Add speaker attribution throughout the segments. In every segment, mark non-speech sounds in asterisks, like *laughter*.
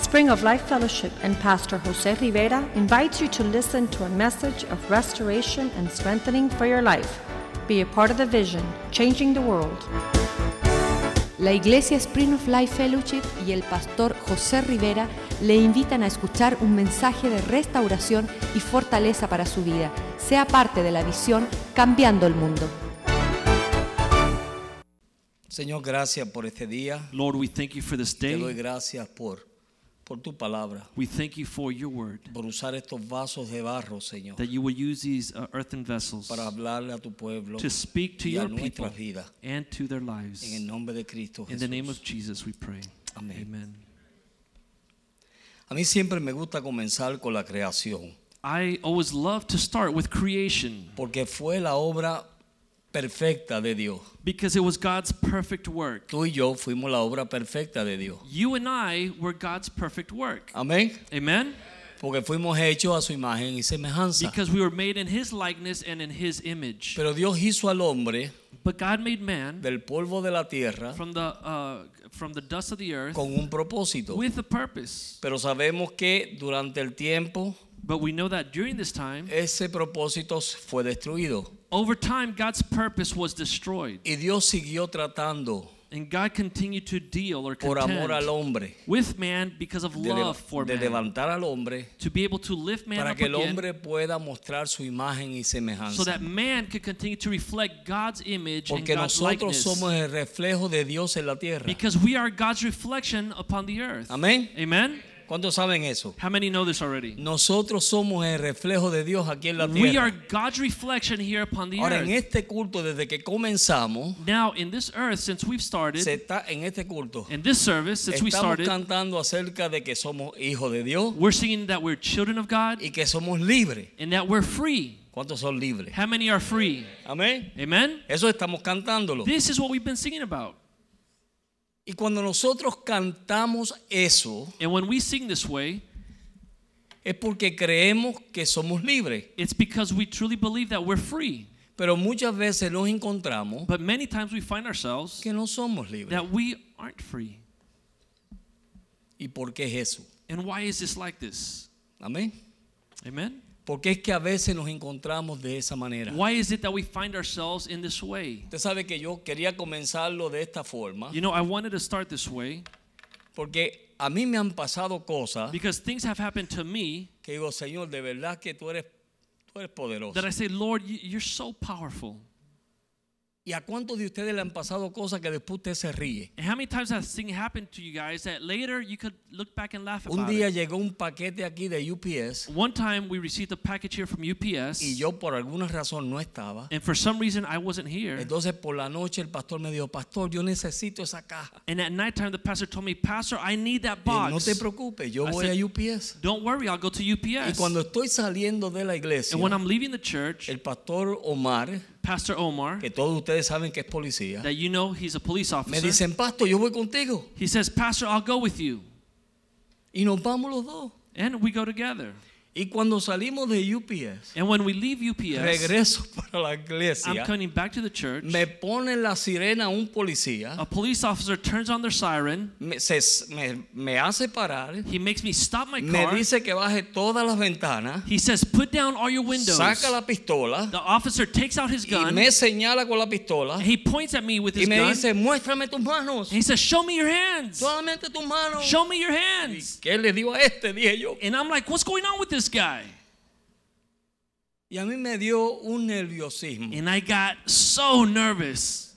Speaker 1: Spring of Life Fellowship and Pastor Jose Rivera invites you to listen to a message of restoration and strengthening for your life. Be a part of the vision, changing the world.
Speaker 2: La Iglesia Spring of Life Fellowship y el pastor José Rivera le invitan a escuchar un mensaje de restauración y fortaleza para su vida. Sea parte de la visión Cambiando el Mundo.
Speaker 3: Señor, gracias por este día.
Speaker 4: Lord, we thank you for this
Speaker 3: Te doy
Speaker 4: day.
Speaker 3: gracias por, por tu palabra,
Speaker 4: We thank you for your word,
Speaker 3: por usar estos vasos de barro, Señor,
Speaker 4: that you will use these uh, earthen vessels
Speaker 3: para hablarle a tu pueblo
Speaker 4: to speak to
Speaker 3: y a
Speaker 4: your
Speaker 3: nuestras
Speaker 4: people
Speaker 3: vidas.
Speaker 4: and to their lives.
Speaker 3: En el nombre de Cristo Jesús.
Speaker 4: In the name of Jesus, we pray.
Speaker 3: Amén.
Speaker 4: Amen.
Speaker 3: a mí siempre me gusta comenzar con la creación,
Speaker 4: I always love to start with creation
Speaker 3: porque fue la obra perfecta de Dios.
Speaker 4: because it was God's perfect work.
Speaker 3: Tú y yo fuimos la obra perfecta de Dios.
Speaker 4: You and I were God's perfect work.
Speaker 3: Amén.
Speaker 4: Amen?
Speaker 3: Porque fuimos hechos a su imagen y semejanza.
Speaker 4: Because we were made in His likeness and in His image.
Speaker 3: Pero Dios hizo al hombre
Speaker 4: But God made man
Speaker 3: del polvo de la tierra
Speaker 4: from the, uh, from the dust of the earth
Speaker 3: con un propósito.
Speaker 4: with a purpose.
Speaker 3: Pero sabemos que durante el tiempo
Speaker 4: But we know that during this time,
Speaker 3: ese propósito fue destruido.
Speaker 4: Over time, God's purpose was destroyed,
Speaker 3: Y Dios siguió tratando
Speaker 4: and God continued to deal or
Speaker 3: por amor al
Speaker 4: contend
Speaker 3: hombre,
Speaker 4: with man because of
Speaker 3: de, leva-
Speaker 4: love for
Speaker 3: de
Speaker 4: man,
Speaker 3: levantar al hombre
Speaker 4: to be able to lift man
Speaker 3: para
Speaker 4: up
Speaker 3: que el
Speaker 4: again,
Speaker 3: hombre pueda mostrar su imagen y
Speaker 4: so
Speaker 3: semejanza.
Speaker 4: that man could continue to reflect God's image and
Speaker 3: Porque
Speaker 4: God's
Speaker 3: nosotros
Speaker 4: likeness,
Speaker 3: somos el reflejo de Dios en la tierra.
Speaker 4: because we are God's reflection upon the earth.
Speaker 3: Amén.
Speaker 4: Amen.
Speaker 3: ¿Cuántos saben eso?
Speaker 4: How many know this already?
Speaker 3: Nosotros somos el reflejo de Dios aquí en la
Speaker 4: We are
Speaker 3: tierra.
Speaker 4: God's reflection here upon the
Speaker 3: Ahora en
Speaker 4: earth.
Speaker 3: este culto desde que comenzamos,
Speaker 4: Now, in this earth, since we've
Speaker 3: se
Speaker 4: started,
Speaker 3: está en este culto
Speaker 4: in this service, since we
Speaker 3: estamos
Speaker 4: started,
Speaker 3: cantando acerca de que somos hijos de Dios
Speaker 4: we're singing that we're children of God
Speaker 3: y que somos libres.
Speaker 4: and that we're free.
Speaker 3: ¿Cuántos son libres?
Speaker 4: How many are free?
Speaker 3: Amén.
Speaker 4: Amen.
Speaker 3: Eso estamos cantándolo.
Speaker 4: This is what we've been singing about.
Speaker 3: Y cuando nosotros cantamos eso,
Speaker 4: And when we sing this way,
Speaker 3: es porque creemos que somos libres.
Speaker 4: it's because we truly believe that we're free.
Speaker 3: Pero muchas veces nos encontramos
Speaker 4: But many times we find ourselves
Speaker 3: que no somos libres.
Speaker 4: that we aren't free.
Speaker 3: ¿Y por qué es eso?
Speaker 4: And why is this like this?
Speaker 3: Amén.
Speaker 4: Amen.
Speaker 3: Porque es que a veces nos encontramos de esa manera.
Speaker 4: Why is it that we find ourselves in this way?
Speaker 3: Usted sabe que yo quería comenzarlo de esta forma,
Speaker 4: You know, I wanted to start this way
Speaker 3: porque a mí me han pasado cosas
Speaker 4: because things have happened to me
Speaker 3: que digo, Señor, de verdad que tú eres, tú eres poderoso.
Speaker 4: that I say, Lord, you- you're so powerful.
Speaker 3: ¿Y a cuántos de ustedes le han pasado cosas que después usted se ríe?
Speaker 4: And how many times has thing happened to you guys that later you could look back and laugh
Speaker 3: Un
Speaker 4: about
Speaker 3: día
Speaker 4: it?
Speaker 3: llegó un paquete aquí de UPS
Speaker 4: One time we received a package here from UPS.
Speaker 3: y yo por alguna razón no estaba.
Speaker 4: And for some reason, I wasn't here.
Speaker 3: Entonces por la noche el pastor me dijo, pastor, yo necesito esa caja.
Speaker 4: And at nighttime, the pastor told me, Pastor, I need that
Speaker 3: Y eh, no
Speaker 4: box.
Speaker 3: te preocupes, yo
Speaker 4: I
Speaker 3: voy
Speaker 4: said-
Speaker 3: a UPS.
Speaker 4: Don't worry, I'll go to
Speaker 3: Y
Speaker 4: UPS.
Speaker 3: cuando estoy saliendo de la iglesia,
Speaker 4: And when I'm leaving the church,
Speaker 3: el pastor Omar,
Speaker 4: Pastor Omar,
Speaker 3: que todos ustedes saben que es policía,
Speaker 4: that you know he's a police
Speaker 3: me
Speaker 4: officer,
Speaker 3: dicen, pastor, yo voy contigo.
Speaker 4: he says, Pastor, I'll go with you.
Speaker 3: Y nos vamos los dos.
Speaker 4: And we go together.
Speaker 3: Y cuando salimos de UPS,
Speaker 4: And when we leave UPS,
Speaker 3: regreso *laughs* para la
Speaker 4: I'm
Speaker 3: iglesia,
Speaker 4: coming back to the church.
Speaker 3: me pone la sirena un policía.
Speaker 4: A police officer turns on their siren.
Speaker 3: me, se- me- me hace parar,
Speaker 4: He makes me stop my
Speaker 3: me
Speaker 4: car.
Speaker 3: dice que baje todas las ventanas,
Speaker 4: He says, Put down all your windows.
Speaker 3: saca
Speaker 4: The
Speaker 3: la pistola
Speaker 4: officer takes out his
Speaker 3: y
Speaker 4: gun.
Speaker 3: me señala con la pistola
Speaker 4: He points at me with
Speaker 3: y
Speaker 4: his
Speaker 3: me
Speaker 4: gun.
Speaker 3: dice, muéstrame tus manos,
Speaker 4: He says, Show me your hands.
Speaker 3: solamente tus manos.
Speaker 4: Show me your
Speaker 3: ¿Y
Speaker 4: hands.
Speaker 3: qué le digo a este? Dije yo.
Speaker 4: And I'm like, what's going on with this guy?
Speaker 3: Y a mí me dio un nerviosismo.
Speaker 4: And I got so nervous.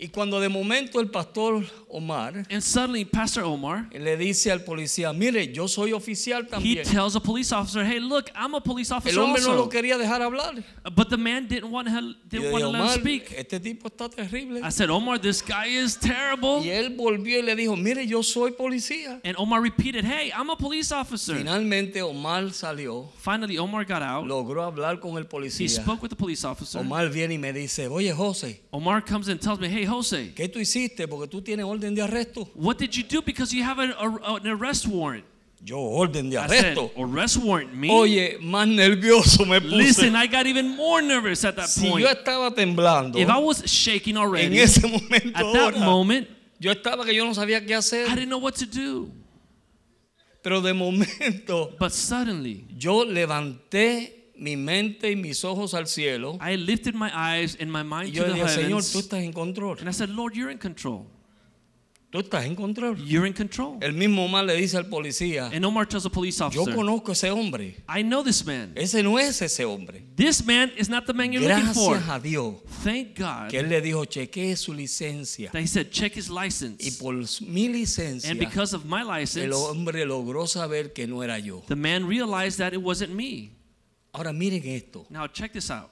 Speaker 3: Y cuando de momento el pastor Omar
Speaker 4: And suddenly, Pastor Omar,
Speaker 3: le dice al policía, mire, yo soy oficial
Speaker 4: he
Speaker 3: también.
Speaker 4: tells a police officer, hey, look, I'm a police
Speaker 3: El
Speaker 4: officer
Speaker 3: hombre no lo
Speaker 4: also.
Speaker 3: quería dejar hablar.
Speaker 4: But the man didn't want to,
Speaker 3: Y
Speaker 4: didn't
Speaker 3: yo dije,
Speaker 4: want to let
Speaker 3: Omar,
Speaker 4: him speak.
Speaker 3: este tipo está terrible.
Speaker 4: I said, Omar, this guy is terrible.
Speaker 3: Y él volvió y le dijo, mire, yo soy policía.
Speaker 4: And Omar repeated, hey, I'm a police officer.
Speaker 3: Finalmente Omar salió,
Speaker 4: Finally, Omar got out.
Speaker 3: logró hablar con el
Speaker 4: He
Speaker 3: policía.
Speaker 4: spoke with the police officer.
Speaker 3: Omar viene y me dice, oye José,
Speaker 4: Omar comes and tells me, hey, Jose,
Speaker 3: ¿qué tú hiciste? Porque tú tienes orden de arresto.
Speaker 4: what did you do? Because you have an, a- an arrest warrant.
Speaker 3: Yo, orden de
Speaker 4: I said,
Speaker 3: arresto. Oh,
Speaker 4: arrest warrant, me?
Speaker 3: Oye, más nervioso me puse.
Speaker 4: Listen, I got even more nervous at that
Speaker 3: si
Speaker 4: point.
Speaker 3: yo estaba temblando,
Speaker 4: If I was shaking
Speaker 3: en
Speaker 4: already
Speaker 3: ese momento
Speaker 4: at that
Speaker 3: ahora,
Speaker 4: moment,
Speaker 3: Yo estaba que yo no sabía qué
Speaker 4: I
Speaker 3: hacer,
Speaker 4: didn't know what to do.
Speaker 3: pero de momento
Speaker 4: But suddenly,
Speaker 3: yo levanté mi mente y mis ojos al cielo
Speaker 4: I lifted my eyes and my
Speaker 3: y
Speaker 4: mind to
Speaker 3: yo
Speaker 4: the
Speaker 3: dije, Señor, tú
Speaker 4: heavens.
Speaker 3: estás en control,
Speaker 4: And I said, Lord, you're in control.
Speaker 3: tú estás en control.
Speaker 4: You're in control.
Speaker 3: El mismo Omar le dice al policía,
Speaker 4: And Omar tells the police
Speaker 3: Eh, yo
Speaker 4: officer,
Speaker 3: conozco a ese hombre,
Speaker 4: I know this man.
Speaker 3: ese no es ese hombre.
Speaker 4: This man is not the man you're looking for.
Speaker 3: Gracias a Dios
Speaker 4: Thank God
Speaker 3: que él le dijo, chequee su licencia.
Speaker 4: that he said, check his
Speaker 3: Y
Speaker 4: license.
Speaker 3: por mi licencia,
Speaker 4: And because of my
Speaker 3: el
Speaker 4: license,
Speaker 3: hombre logró saber que no era yo.
Speaker 4: the man realized that it wasn't me.
Speaker 3: Ahora miren esto,
Speaker 4: Now, check this out.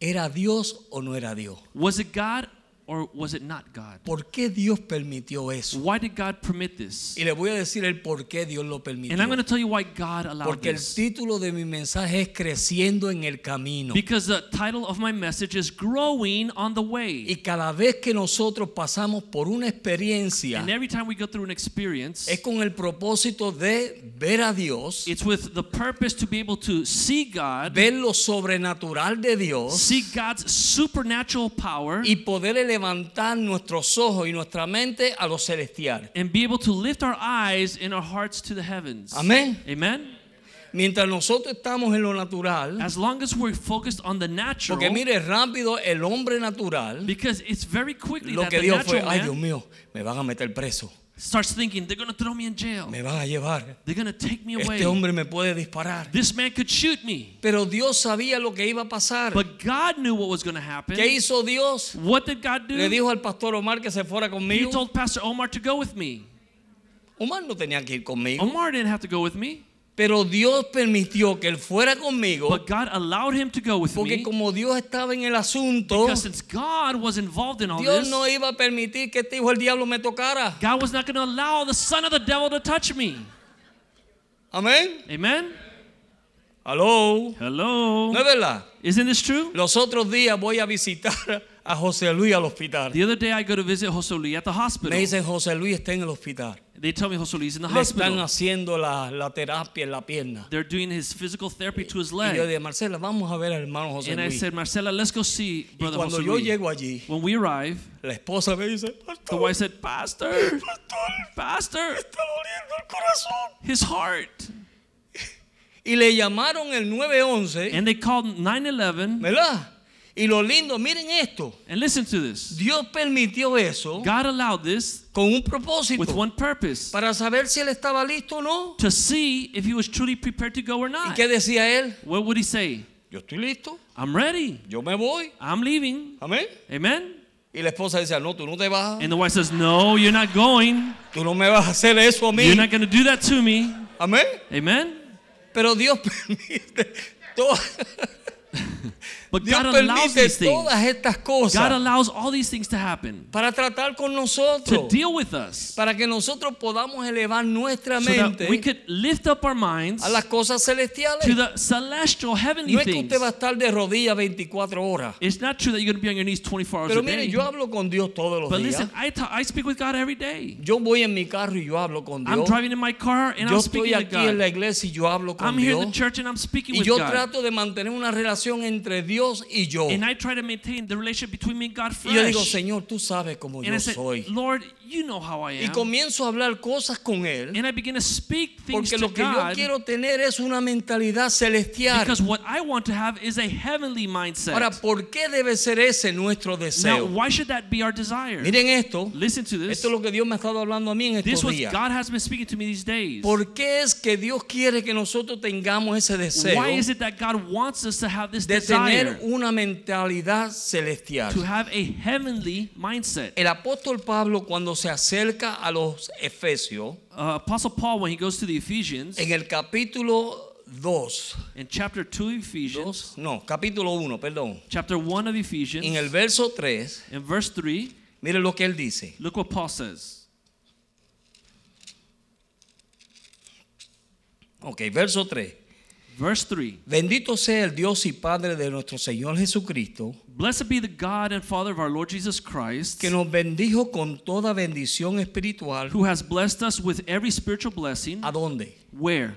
Speaker 3: ¿era Dios o no era Dios?
Speaker 4: Was it God or was it not God?
Speaker 3: ¿Por qué Dios permitió eso?
Speaker 4: Why did God permit this?
Speaker 3: Y les voy a decir el por qué Dios lo
Speaker 4: And I'm
Speaker 3: permitió.
Speaker 4: going to tell you why God allowed
Speaker 3: Porque el
Speaker 4: this.
Speaker 3: título de mi mensaje es Creciendo en el Camino.
Speaker 4: Because the title of my message is Growing on the Way.
Speaker 3: Y cada vez que nosotros pasamos por una experiencia,
Speaker 4: And every time we go through an experience,
Speaker 3: es con el propósito de ver a Dios,
Speaker 4: it's with the purpose to be able to see God,
Speaker 3: ver lo sobrenatural de Dios
Speaker 4: see God's supernatural power,
Speaker 3: y poder levantar nuestros ojos y nuestra mente a lo celestial.
Speaker 4: and be able to lift our eyes and our hearts to the heavens.
Speaker 3: Amén.
Speaker 4: Amen.
Speaker 3: Mientras nosotros estamos en lo natural,
Speaker 4: As long as we're focused on the natural,
Speaker 3: porque mire rápido el hombre natural,
Speaker 4: because it's very quickly
Speaker 3: lo
Speaker 4: that
Speaker 3: que
Speaker 4: the
Speaker 3: dijo fue,
Speaker 4: natural
Speaker 3: ay
Speaker 4: man
Speaker 3: Dios mío, me van a meter preso,
Speaker 4: starts thinking they're going to throw me in jail.
Speaker 3: me van a llevar,
Speaker 4: They're going to take me away.
Speaker 3: este hombre me puede disparar.
Speaker 4: This man could shoot me.
Speaker 3: Pero Dios sabía lo que iba a pasar.
Speaker 4: But God knew what was going to happen.
Speaker 3: ¿Qué hizo Dios?
Speaker 4: What did God do?
Speaker 3: Le dijo al pastor Omar que se fuera
Speaker 4: He
Speaker 3: conmigo.
Speaker 4: told Pastor Omar to go with me.
Speaker 3: Omar no tenía que ir conmigo.
Speaker 4: Omar didn't have to go with me,
Speaker 3: Pero Dios permitió que él fuera conmigo
Speaker 4: but God allowed him to go with
Speaker 3: porque
Speaker 4: me
Speaker 3: como Dios estaba en el asunto,
Speaker 4: because since God was involved in all
Speaker 3: Dios
Speaker 4: this,
Speaker 3: no iba a permitir que este hijo del diablo me tocara.
Speaker 4: God was not going to allow the son of the devil to touch me.
Speaker 3: Amén.
Speaker 4: Amen?
Speaker 3: Aló.
Speaker 4: Hello?
Speaker 3: ¿No es verdad?
Speaker 4: Isn't this true?
Speaker 3: Los otros días voy a visitar a José Luis al hospital.
Speaker 4: The other day I go to visit Jose Luis at the
Speaker 3: Me
Speaker 4: hospital.
Speaker 3: dicen, José Luis está en el hospital.
Speaker 4: They tell me Jose Luis is in the
Speaker 3: Le están
Speaker 4: hospital.
Speaker 3: haciendo la, la terapia en la pierna.
Speaker 4: They're doing his physical therapy to his
Speaker 3: Y yo
Speaker 4: leg.
Speaker 3: dije, Marcela, vamos a ver al hermano José
Speaker 4: And I
Speaker 3: Luis.
Speaker 4: said, Marcela, let's go see
Speaker 3: Y
Speaker 4: Brother
Speaker 3: cuando
Speaker 4: Jose
Speaker 3: yo
Speaker 4: Luis.
Speaker 3: llego allí,
Speaker 4: When we arrive,
Speaker 3: la esposa me dice,
Speaker 4: the
Speaker 3: Pastor,
Speaker 4: wife
Speaker 3: *laughs*
Speaker 4: said, Pastor,
Speaker 3: pastor,
Speaker 4: Pastor,
Speaker 3: está doliendo el corazón.
Speaker 4: his heart.
Speaker 3: Y le llamaron el 911,
Speaker 4: And they called 911.
Speaker 3: ¿verdad? Y lo lindo, miren esto.
Speaker 4: And listen to this.
Speaker 3: Dios permitió eso
Speaker 4: God allowed this
Speaker 3: con un
Speaker 4: with
Speaker 3: propósito
Speaker 4: one purpose
Speaker 3: para saber si él estaba listo o no.
Speaker 4: to see if he was truly prepared to go or
Speaker 3: ¿Y
Speaker 4: not.
Speaker 3: qué decía él?
Speaker 4: What would he say?
Speaker 3: Yo estoy listo,
Speaker 4: I'm ready.
Speaker 3: yo me voy.
Speaker 4: I'm leaving.
Speaker 3: Amén.
Speaker 4: Amen.
Speaker 3: Y la esposa decía, no, tú no te vas,
Speaker 4: And the wife says, No, you're not going.
Speaker 3: tú no me vas a hacer eso a mí.
Speaker 4: You're not going to do that to me.
Speaker 3: Amén.
Speaker 4: Amen.
Speaker 3: Pero Dios *laughs* permite todo-
Speaker 4: But
Speaker 3: Dios
Speaker 4: God allows
Speaker 3: permite
Speaker 4: these things.
Speaker 3: todas estas
Speaker 4: God
Speaker 3: cosas
Speaker 4: allows all these things to happen
Speaker 3: para tratar con
Speaker 4: to
Speaker 3: nosotros.
Speaker 4: deal with us
Speaker 3: para que nosotros podamos elevar nuestra
Speaker 4: so that we
Speaker 3: mente
Speaker 4: could lift up our minds
Speaker 3: a las cosas celestiales.
Speaker 4: to the celestial heavenly
Speaker 3: No es que usted va a
Speaker 4: things.
Speaker 3: estar de rodillas 24 horas.
Speaker 4: It's not true that you're going to be on your knees 24 hours
Speaker 3: Pero
Speaker 4: a
Speaker 3: mire,
Speaker 4: day.
Speaker 3: yo hablo con Dios todos los
Speaker 4: But
Speaker 3: días.
Speaker 4: listen, I, ta- I speak with God every day.
Speaker 3: Yo voy en mi carro y yo hablo con
Speaker 4: I'm
Speaker 3: Dios.
Speaker 4: driving in my car and
Speaker 3: Yo
Speaker 4: I'm
Speaker 3: estoy
Speaker 4: speaking with
Speaker 3: aquí en
Speaker 4: God.
Speaker 3: la iglesia y yo hablo con
Speaker 4: I'm here in the
Speaker 3: Dios.
Speaker 4: church and I'm speaking
Speaker 3: Y
Speaker 4: with
Speaker 3: yo
Speaker 4: God.
Speaker 3: trato de mantener una relación entre Dios y yo.
Speaker 4: And I try to maintain the relationship between me and God
Speaker 3: Y yo digo,
Speaker 4: fresh.
Speaker 3: Señor, tú sabes cómo
Speaker 4: And I
Speaker 3: yo
Speaker 4: said,
Speaker 3: soy.
Speaker 4: Lord, you know how I
Speaker 3: Y
Speaker 4: am.
Speaker 3: comienzo a hablar cosas con Él.
Speaker 4: And I begin to speak things
Speaker 3: Porque
Speaker 4: to
Speaker 3: lo que yo
Speaker 4: God
Speaker 3: quiero tener es una mentalidad celestial.
Speaker 4: because what I want to have is a heavenly
Speaker 3: Ahora,
Speaker 4: mindset.
Speaker 3: ¿por qué debe ser ese nuestro
Speaker 4: Now,
Speaker 3: deseo?
Speaker 4: why should that be our desire?
Speaker 3: Miren esto.
Speaker 4: Listen to this.
Speaker 3: Esto es lo que Dios me ha estado hablando a mí en
Speaker 4: This
Speaker 3: estos
Speaker 4: was
Speaker 3: días.
Speaker 4: God has been speaking to me these days.
Speaker 3: ¿Por qué es que Dios quiere que nosotros tengamos ese deseo
Speaker 4: Why is it that God wants us to have this
Speaker 3: de tener
Speaker 4: desire
Speaker 3: una mentalidad celestial?
Speaker 4: to have a heavenly mindset?
Speaker 3: El apóstol Pablo cuando se acerca a los Efesios,
Speaker 4: Uh, Apostle Paul, when he goes to the Ephesians,
Speaker 3: en el capítulo 2,
Speaker 4: in chapter 2 of Ephesians,
Speaker 3: no, capítulo 1, perdón,
Speaker 4: chapter 1 of
Speaker 3: en
Speaker 4: Ephesians,
Speaker 3: el verso 3,
Speaker 4: in verse 3,
Speaker 3: mire lo que él dice.
Speaker 4: look what Paul says.
Speaker 3: Ok, verso 3.
Speaker 4: Verse 3
Speaker 3: Bendito sea el Dios y Padre de nuestro Señor Jesucristo.
Speaker 4: Blessed be the God and Father of our Lord Jesus Christ,
Speaker 3: que nos bendijo con toda bendición espiritual.
Speaker 4: who has blessed us with every spiritual blessing.
Speaker 3: ¿A dónde?
Speaker 4: Where?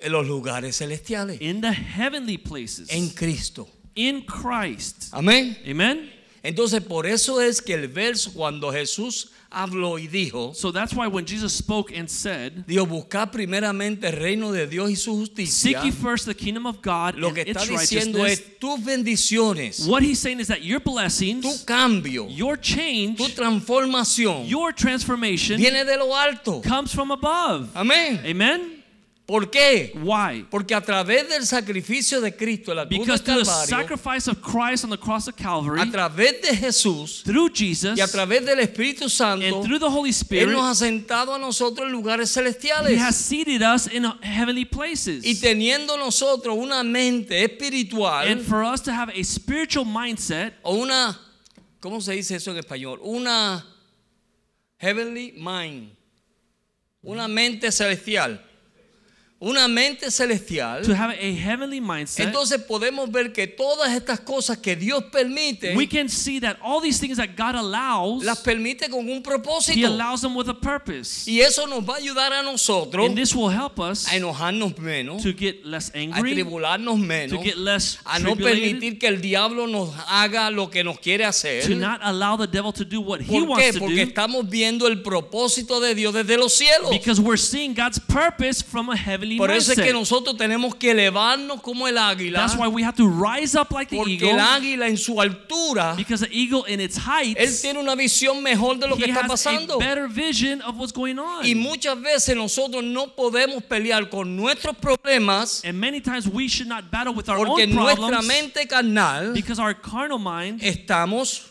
Speaker 3: En los lugares celestiales.
Speaker 4: In the heavenly places.
Speaker 3: En Cristo.
Speaker 4: in Christ.
Speaker 3: Amén.
Speaker 4: Amen?
Speaker 3: Entonces, por eso es que el verso, cuando Jesús habló y dijo,
Speaker 4: So that's why when Jesus spoke and said,
Speaker 3: dijo, buscad primeramente el reino de Dios y su
Speaker 4: Seek
Speaker 3: justicia,
Speaker 4: ye first the kingdom of God
Speaker 3: lo
Speaker 4: and
Speaker 3: que está
Speaker 4: its
Speaker 3: diciendo
Speaker 4: righteousness.
Speaker 3: es tus bendiciones,
Speaker 4: What he's saying is that your blessings,
Speaker 3: tu cambio,
Speaker 4: your change,
Speaker 3: tu transformación
Speaker 4: your transformation
Speaker 3: viene de lo alto.
Speaker 4: comes from above.
Speaker 3: Amén.
Speaker 4: Amen?
Speaker 3: ¿Por qué?
Speaker 4: Why?
Speaker 3: Porque a través del sacrificio de Cristo en la cruz
Speaker 4: Because
Speaker 3: del
Speaker 4: through the
Speaker 3: Calvario,
Speaker 4: sacrifice of Christ on the cross of Calvary,
Speaker 3: a través de Jesús
Speaker 4: through Jesus,
Speaker 3: y a través del Espíritu Santo,
Speaker 4: and through the Holy
Speaker 3: Él
Speaker 4: Spirit,
Speaker 3: nos ha sentado a nosotros en lugares
Speaker 4: He
Speaker 3: celestiales.
Speaker 4: has seated us in heavenly
Speaker 3: Y
Speaker 4: places.
Speaker 3: teniendo nosotros una mente
Speaker 4: And
Speaker 3: espiritual
Speaker 4: for us to have a spiritual mindset,
Speaker 3: o una, ¿cómo se dice eso en español? Una heavenly mind,
Speaker 4: Mm-hmm.
Speaker 3: una mente celestial, una mente
Speaker 4: to
Speaker 3: celestial.
Speaker 4: have a heavenly mindset,
Speaker 3: Entonces podemos ver que todas estas cosas que Dios permite,
Speaker 4: we can see that all these things that God allows,
Speaker 3: las permite con un
Speaker 4: He
Speaker 3: propósito.
Speaker 4: allows them with a purpose.
Speaker 3: Y eso nos va a ayudar a nosotros
Speaker 4: And this will help us
Speaker 3: a enojarnos menos,
Speaker 4: to get less
Speaker 3: a
Speaker 4: angry,
Speaker 3: tribularnos
Speaker 4: to
Speaker 3: menos,
Speaker 4: get less
Speaker 3: a no
Speaker 4: tribulated,
Speaker 3: permitir que el diablo nos haga lo que nos quiere hacer.
Speaker 4: to not allow the devil to do what he
Speaker 3: ¿Por
Speaker 4: wants
Speaker 3: qué?
Speaker 4: to
Speaker 3: Porque
Speaker 4: do
Speaker 3: estamos viendo el propósito de Dios desde los cielos.
Speaker 4: because we're seeing God's purpose from a heavenly
Speaker 3: Por eso es que
Speaker 4: mindset.
Speaker 3: nosotros tenemos que elevarnos como el águila,
Speaker 4: That's why we have to rise up like the
Speaker 3: porque
Speaker 4: eagle
Speaker 3: el águila en su altura,
Speaker 4: because the eagle in its
Speaker 3: él
Speaker 4: heights
Speaker 3: tiene una visión mejor de lo que
Speaker 4: he
Speaker 3: está
Speaker 4: has a
Speaker 3: pasando.
Speaker 4: better vision of what's going on.
Speaker 3: Y muchas veces nosotros no podemos pelear con nuestros problemas
Speaker 4: and many times we should not battle with our
Speaker 3: porque
Speaker 4: own
Speaker 3: nuestra
Speaker 4: problems
Speaker 3: mente carnal
Speaker 4: because our carnal mind
Speaker 3: estamos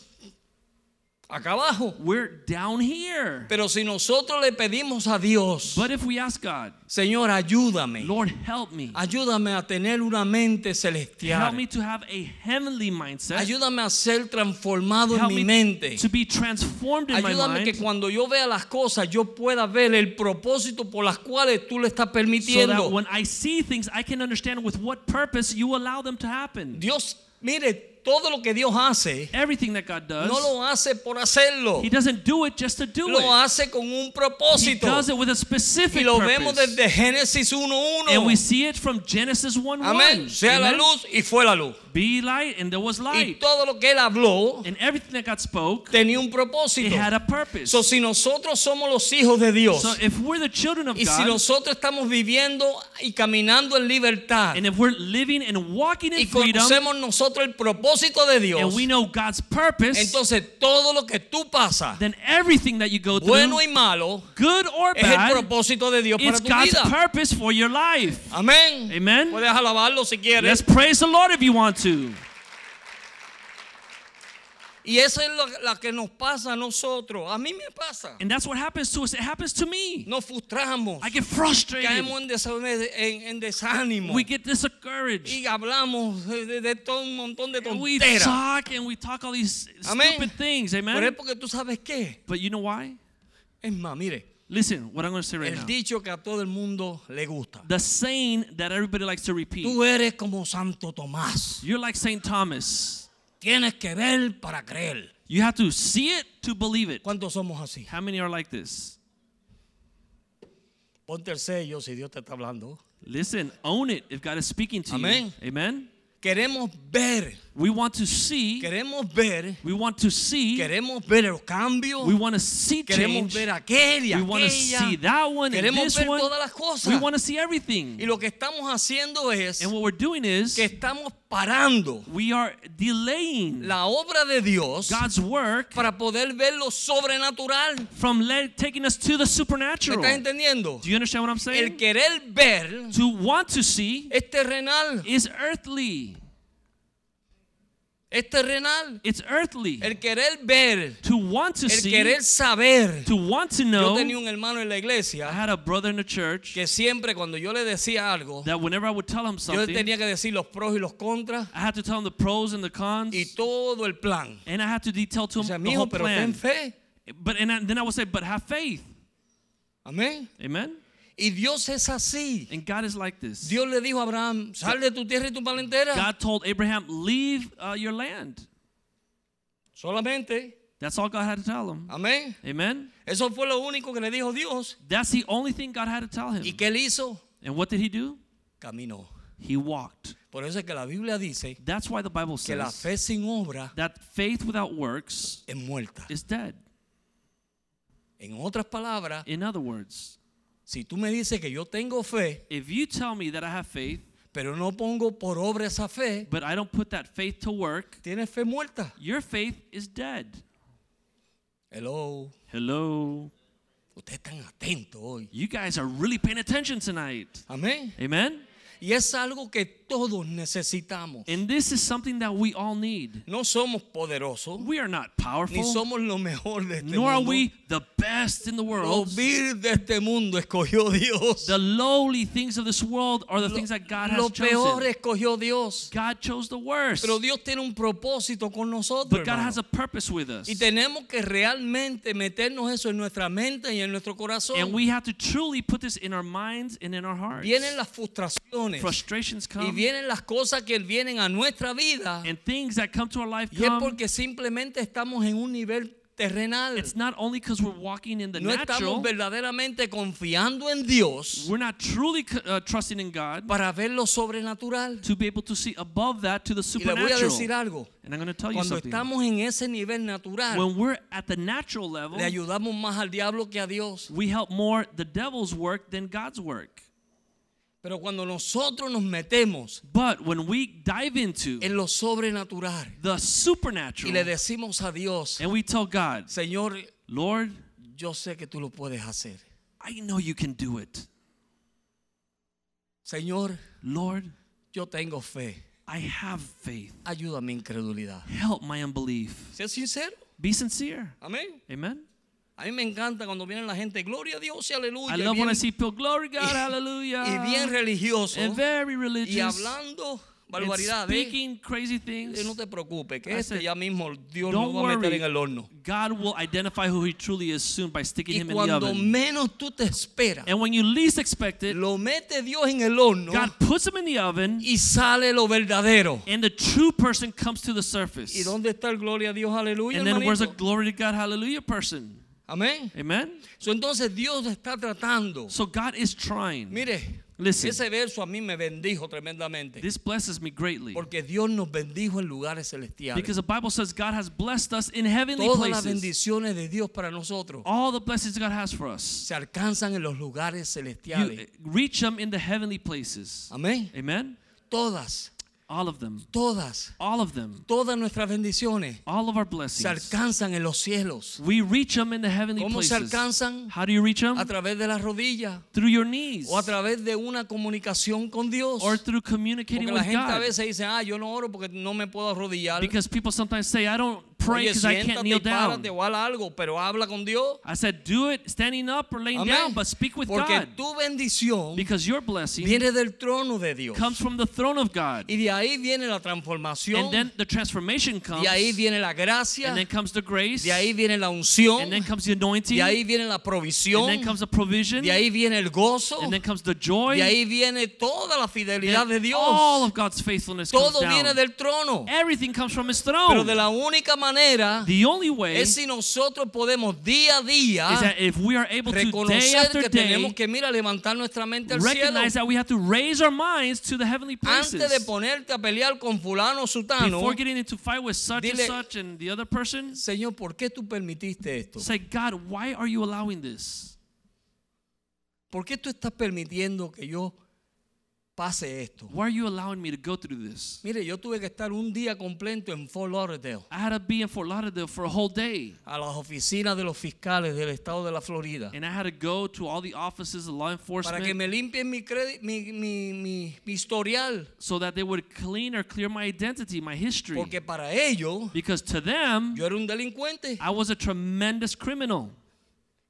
Speaker 3: acá abajo.
Speaker 4: we're down here.
Speaker 3: Pero si nosotros le pedimos a Dios,
Speaker 4: But if we ask God,
Speaker 3: Señor, ayúdame.
Speaker 4: Lord, help me.
Speaker 3: Ayúdame a tener una mente
Speaker 4: Help
Speaker 3: celestial.
Speaker 4: me to have a heavenly mindset.
Speaker 3: Ayúdame a ser transformado en
Speaker 4: Help
Speaker 3: mi
Speaker 4: me
Speaker 3: mente.
Speaker 4: to be transformed in my
Speaker 3: Ayúdame que
Speaker 4: mind.
Speaker 3: cuando yo vea las cosas, yo pueda ver el propósito por las cuales tú le estás
Speaker 4: so that
Speaker 3: permitiendo.
Speaker 4: when I see things, I can understand with what purpose you allow them to happen.
Speaker 3: Dios, mire, todo lo que Dios hace,
Speaker 4: Everything that God does,
Speaker 3: no lo hace por hacerlo.
Speaker 4: He doesn't do it just to do
Speaker 3: Lo
Speaker 4: it.
Speaker 3: hace con un
Speaker 4: He
Speaker 3: propósito.
Speaker 4: does it with a
Speaker 3: Y
Speaker 4: specific
Speaker 3: lo vemos
Speaker 4: purpose.
Speaker 3: desde Génesis
Speaker 4: and we
Speaker 3: 1.1.
Speaker 4: see it from Genesis 1
Speaker 3: Amén.
Speaker 4: 1.
Speaker 3: Sea la
Speaker 4: Amen.
Speaker 3: luz y fue la luz.
Speaker 4: Be light, and there was
Speaker 3: Y
Speaker 4: light.
Speaker 3: todo lo que él habló
Speaker 4: And everything that God spoke,
Speaker 3: tenía un
Speaker 4: it
Speaker 3: propósito.
Speaker 4: had a purpose.
Speaker 3: So, si nosotros somos los hijos de Dios
Speaker 4: so if we're the children of
Speaker 3: y si
Speaker 4: God,
Speaker 3: nosotros estamos viviendo y caminando en libertad
Speaker 4: and if we're living and walking in
Speaker 3: y
Speaker 4: freedom,
Speaker 3: conocemos nosotros el propósito de Dios,
Speaker 4: and we know God's purpose,
Speaker 3: entonces todo lo que tú pasas,
Speaker 4: then everything that you go through,
Speaker 3: bueno y malo,
Speaker 4: good or
Speaker 3: es el
Speaker 4: bad,
Speaker 3: propósito de Dios para
Speaker 4: It's
Speaker 3: tu
Speaker 4: God's
Speaker 3: vida.
Speaker 4: purpose for your life.
Speaker 3: Amén.
Speaker 4: Amen.
Speaker 3: Puedes alabarlo si
Speaker 4: Let's
Speaker 3: quieres.
Speaker 4: praise the Lord if you want to.
Speaker 3: Y eso es lo la que nos pasa a nosotros. A mí me pasa.
Speaker 4: And that's what happens to us. It happens to me.
Speaker 3: Nos frustramos.
Speaker 4: I get frustrated.
Speaker 3: Caemos en, desa- en- en desánimo.
Speaker 4: We get discouraged.
Speaker 3: Y hablamos de, de- de todo un montón de
Speaker 4: And we
Speaker 3: tonteras.
Speaker 4: talk and we talk all these
Speaker 3: Amén.
Speaker 4: stupid things.
Speaker 3: Pero es
Speaker 4: Amen.
Speaker 3: porque tú sabes qué.
Speaker 4: But you know why?
Speaker 3: Es más, mire,
Speaker 4: Listen, what I'm going to say right
Speaker 3: el
Speaker 4: now.
Speaker 3: dicho que a todo el mundo le gusta.
Speaker 4: The saying that everybody likes to repeat.
Speaker 3: Tú eres como Santo Tomás.
Speaker 4: You're like St. Thomas.
Speaker 3: Tienes que ver para creer.
Speaker 4: You have to see it to believe it.
Speaker 3: ¿Cuántos somos así?
Speaker 4: How many are like this?
Speaker 3: Ponte el sello si Dios te está hablando.
Speaker 4: Listen, own it if God is speaking to you.
Speaker 3: Amén.
Speaker 4: Amen.
Speaker 3: Queremos ver,
Speaker 4: We want to see.
Speaker 3: queremos ver,
Speaker 4: We want to see.
Speaker 3: queremos ver los cambios.
Speaker 4: We want to see
Speaker 3: Queremos
Speaker 4: change.
Speaker 3: ver aquel y
Speaker 4: we want to see
Speaker 3: aquella.
Speaker 4: that one and
Speaker 3: Queremos
Speaker 4: this
Speaker 3: ver
Speaker 4: one.
Speaker 3: todas las
Speaker 4: We
Speaker 3: cosas.
Speaker 4: want to see everything.
Speaker 3: Y lo que estamos haciendo es
Speaker 4: And what we're doing is
Speaker 3: que estamos parando
Speaker 4: we are delaying
Speaker 3: la obra de Dios
Speaker 4: God's work
Speaker 3: para poder ver lo sobrenatural.
Speaker 4: from let, taking us to
Speaker 3: ¿Me
Speaker 4: the supernatural.
Speaker 3: estás entendiendo?
Speaker 4: Do you understand what I'm
Speaker 3: El
Speaker 4: saying?
Speaker 3: querer ver
Speaker 4: To want to see
Speaker 3: es terrenal,
Speaker 4: is earthly.
Speaker 3: es terrenal.
Speaker 4: It's earthly.
Speaker 3: El querer ver,
Speaker 4: To want to
Speaker 3: el
Speaker 4: see,
Speaker 3: querer saber.
Speaker 4: to want to
Speaker 3: Yo
Speaker 4: know.
Speaker 3: tenía un hermano en la
Speaker 4: I
Speaker 3: iglesia
Speaker 4: had a brother in the church
Speaker 3: que siempre cuando yo le decía algo,
Speaker 4: that whenever I would tell him
Speaker 3: yo le
Speaker 4: something,
Speaker 3: tenía que decir los pros y los contras
Speaker 4: I had to tell him the pros and the
Speaker 3: y
Speaker 4: cons,
Speaker 3: todo el plan.
Speaker 4: and I had to detail to
Speaker 3: O
Speaker 4: him
Speaker 3: sea,
Speaker 4: the whole
Speaker 3: mijo, pero ten
Speaker 4: plan.
Speaker 3: fe.
Speaker 4: But and I- then I would say, but have faith.
Speaker 3: Amén.
Speaker 4: Amen.
Speaker 3: Y Dios es así.
Speaker 4: And God is like this.
Speaker 3: Dios le dijo a Abraham, sal de tu tierra y tu palentera.
Speaker 4: God told Abraham, leave uh, your land.
Speaker 3: Solamente.
Speaker 4: That's all God had to tell him.
Speaker 3: Amén.
Speaker 4: Amen.
Speaker 3: Eso fue lo único que le dijo Dios.
Speaker 4: That's the only thing God had to tell him.
Speaker 3: ¿Y qué él hizo?
Speaker 4: And what did he do?
Speaker 3: Caminó.
Speaker 4: He walked.
Speaker 3: Por eso es que la Biblia dice
Speaker 4: That's why the Bible
Speaker 3: que la
Speaker 4: says
Speaker 3: fe sin obra
Speaker 4: that faith without works
Speaker 3: es muerta.
Speaker 4: is dead.
Speaker 3: En otras palabras,
Speaker 4: In other words,
Speaker 3: si tú me dices que yo tengo fe,
Speaker 4: if you tell me that I have faith,
Speaker 3: pero no pongo por obra esa fe,
Speaker 4: but I don't put that faith to work,
Speaker 3: tienes fe muerta.
Speaker 4: your faith is dead.
Speaker 3: Hello,
Speaker 4: Hello.
Speaker 3: ustedes están atentos hoy.
Speaker 4: You guys are really paying attention tonight.
Speaker 3: Amén.
Speaker 4: Amen?
Speaker 3: Y es algo que todos necesitamos.
Speaker 4: And this is something that we all need.
Speaker 3: No somos poderosos,
Speaker 4: We are not
Speaker 3: ni
Speaker 4: powerful,
Speaker 3: somos lo mejor de este
Speaker 4: nor are
Speaker 3: mundo.
Speaker 4: we the best in the
Speaker 3: Lo
Speaker 4: world.
Speaker 3: vil de este mundo escogió Dios.
Speaker 4: The lowly things of this world are the things that God
Speaker 3: lo
Speaker 4: has
Speaker 3: peor
Speaker 4: chosen.
Speaker 3: escogió Dios.
Speaker 4: God chose the worst.
Speaker 3: Pero Dios tiene un propósito con nosotros.
Speaker 4: But God
Speaker 3: hermano.
Speaker 4: has a purpose with us.
Speaker 3: y tenemos que realmente meternos eso en nuestra mente y en nuestro corazón.
Speaker 4: And we have to truly put this in our minds and in our hearts.
Speaker 3: vienen las frustraciones
Speaker 4: Frustrations
Speaker 3: y
Speaker 4: come
Speaker 3: vienen las cosas que vienen a nuestra vida.
Speaker 4: and things that come to our life
Speaker 3: Y es
Speaker 4: come.
Speaker 3: porque simplemente estamos en un nivel terrenal.
Speaker 4: It's not only because we're walking in the
Speaker 3: No estamos
Speaker 4: natural,
Speaker 3: verdaderamente confiando en Dios
Speaker 4: we're not truly c- uh, trusting in God
Speaker 3: para ver lo sobrenatural.
Speaker 4: to be able to see above that to the
Speaker 3: Y le voy a
Speaker 4: supernatural.
Speaker 3: decir algo.
Speaker 4: And I'm going to tell you
Speaker 3: Cuando
Speaker 4: something.
Speaker 3: estamos en ese nivel natural,
Speaker 4: When we're at the natural level,
Speaker 3: le ayudamos más al diablo que a Dios.
Speaker 4: we help more the devil's work than God's work.
Speaker 3: Pero cuando nosotros nos metemos
Speaker 4: But when we dive into
Speaker 3: en lo sobrenatural
Speaker 4: the
Speaker 3: y
Speaker 4: supernatural
Speaker 3: le decimos a Dios,
Speaker 4: and we tell God,
Speaker 3: Señor,
Speaker 4: Lord,
Speaker 3: yo sé que tú lo puedes hacer.
Speaker 4: I know you can do it.
Speaker 3: Señor,
Speaker 4: Lord,
Speaker 3: yo tengo fe.
Speaker 4: I have faith.
Speaker 3: Ayuda a mi incredulidad.
Speaker 4: Help my unbelief.
Speaker 3: Sé sincero.
Speaker 4: Be sincere.
Speaker 3: Amén.
Speaker 4: Amen.
Speaker 3: A mí me encanta cuando viene la gente, gloria a Dios y aleluya.
Speaker 4: I
Speaker 3: y
Speaker 4: love when I
Speaker 3: bien-
Speaker 4: see people, glory
Speaker 3: *laughs*
Speaker 4: God,
Speaker 3: y,
Speaker 4: hallelujah.
Speaker 3: bien religioso
Speaker 4: and very religious.
Speaker 3: y hablando
Speaker 4: and
Speaker 3: barbaridades.
Speaker 4: speaking crazy
Speaker 3: Eh,
Speaker 4: things.
Speaker 3: No te preocupes, que
Speaker 4: I
Speaker 3: este
Speaker 4: said,
Speaker 3: ya mismo Dios
Speaker 4: Don't
Speaker 3: lo va a meter
Speaker 4: worry.
Speaker 3: en el horno.
Speaker 4: God will identify who he truly is soon by sticking
Speaker 3: Y
Speaker 4: him in the
Speaker 3: cuando
Speaker 4: oven.
Speaker 3: menos tú te esperas,
Speaker 4: And when you least expect it,
Speaker 3: lo mete Dios en el horno
Speaker 4: God puts him in the oven
Speaker 3: y sale lo verdadero.
Speaker 4: and the true person comes to the surface.
Speaker 3: ¿Y dónde está el gloria a Dios? Aleluya.
Speaker 4: And then where's the
Speaker 3: hermanito?
Speaker 4: glory to God, hallelujah person?
Speaker 3: Amén.
Speaker 4: Amen?
Speaker 3: So, entonces Dios está tratando.
Speaker 4: So God is trying.
Speaker 3: Mire,
Speaker 4: Listen.
Speaker 3: ese verso a mí me bendijo tremendamente.
Speaker 4: This blesses me greatly.
Speaker 3: Porque Dios nos bendijo en lugares celestiales.
Speaker 4: Because the Bible says God has blessed us in heavenly
Speaker 3: Todas las
Speaker 4: places.
Speaker 3: bendiciones de Dios para nosotros
Speaker 4: All the blessings God has for us.
Speaker 3: se alcanzan en los lugares
Speaker 4: You uh,
Speaker 3: celestiales.
Speaker 4: reach them in the heavenly places.
Speaker 3: Amén.
Speaker 4: Amen?
Speaker 3: Todas,
Speaker 4: All of them.
Speaker 3: todas.
Speaker 4: All of them.
Speaker 3: todas nuestras bendiciones
Speaker 4: All of our
Speaker 3: se
Speaker 4: blessings.
Speaker 3: alcanzan en los cielos.
Speaker 4: We reach them in the heavenly
Speaker 3: ¿Cómo se
Speaker 4: places.
Speaker 3: alcanzan?
Speaker 4: How do you reach them?
Speaker 3: A través de las rodillas
Speaker 4: Through your knees.
Speaker 3: o a través de una comunicación con Dios.
Speaker 4: Or through communicating
Speaker 3: Porque la
Speaker 4: with
Speaker 3: gente a
Speaker 4: God.
Speaker 3: veces dice, ah, yo no oro porque no me puedo arrodillar.
Speaker 4: Because people sometimes say, I don't
Speaker 3: Oye,
Speaker 4: pray because I can't
Speaker 3: siéntate y
Speaker 4: kneel down.
Speaker 3: párate o haz algo, pero habla con Dios.
Speaker 4: I said, do it standing up or laying down,
Speaker 3: Amén.
Speaker 4: but speak with
Speaker 3: Porque
Speaker 4: God.
Speaker 3: tu bendición
Speaker 4: Because your blessing
Speaker 3: viene del trono de Dios.
Speaker 4: comes from the throne of God.
Speaker 3: Y de ahí viene la transformación.
Speaker 4: And then the transformation comes.
Speaker 3: de ahí viene la gracia.
Speaker 4: And then comes the grace.
Speaker 3: De ahí viene la unción.
Speaker 4: And then comes the anointing.
Speaker 3: De ahí viene la
Speaker 4: and then
Speaker 3: provisión.
Speaker 4: comes the provision.
Speaker 3: De ahí viene el gozo.
Speaker 4: and then comes the joy.
Speaker 3: Y ahí viene toda la fidelidad de
Speaker 4: Then
Speaker 3: Dios.
Speaker 4: All of God's faithfulness
Speaker 3: Todo
Speaker 4: comes down.
Speaker 3: viene del trono.
Speaker 4: Everything comes from His
Speaker 3: Pero
Speaker 4: throne.
Speaker 3: de la única manera
Speaker 4: the only way
Speaker 3: es si nosotros podemos día a
Speaker 4: is
Speaker 3: día
Speaker 4: that if we are able to day
Speaker 3: reconocer
Speaker 4: after
Speaker 3: que
Speaker 4: day
Speaker 3: tenemos que, mira, levantar nuestra mente al cielo.
Speaker 4: recognize that we have to raise our minds to the heavenly places.
Speaker 3: Antes de ponerte a pelear con fulano o sutano,
Speaker 4: Before getting into fight with such and
Speaker 3: Dile-
Speaker 4: such and the other person,
Speaker 3: Señor, ¿por qué tú permitiste esto?
Speaker 4: say, God, why are you allowing this?
Speaker 3: ¿Por qué tú estás permitiendo que yo pase esto?
Speaker 4: Why are you allowing me to go through this?
Speaker 3: Mire, yo tuve que estar un día completo en Fort Lauderdale,
Speaker 4: I had to be in Fort Lauderdale for a whole day,
Speaker 3: a las oficinas de los fiscales del estado de la Florida.
Speaker 4: and I had to go to all the offices of law
Speaker 3: Uh. para que
Speaker 4: enforcement
Speaker 3: me limpien mi, credi- mi, mi, mi- mi historial.
Speaker 4: so that they would clean or clear my identity, my history.
Speaker 3: Porque para ellos
Speaker 4: Because to them,
Speaker 3: yo era un delincuente.
Speaker 4: I was a tremendous criminal.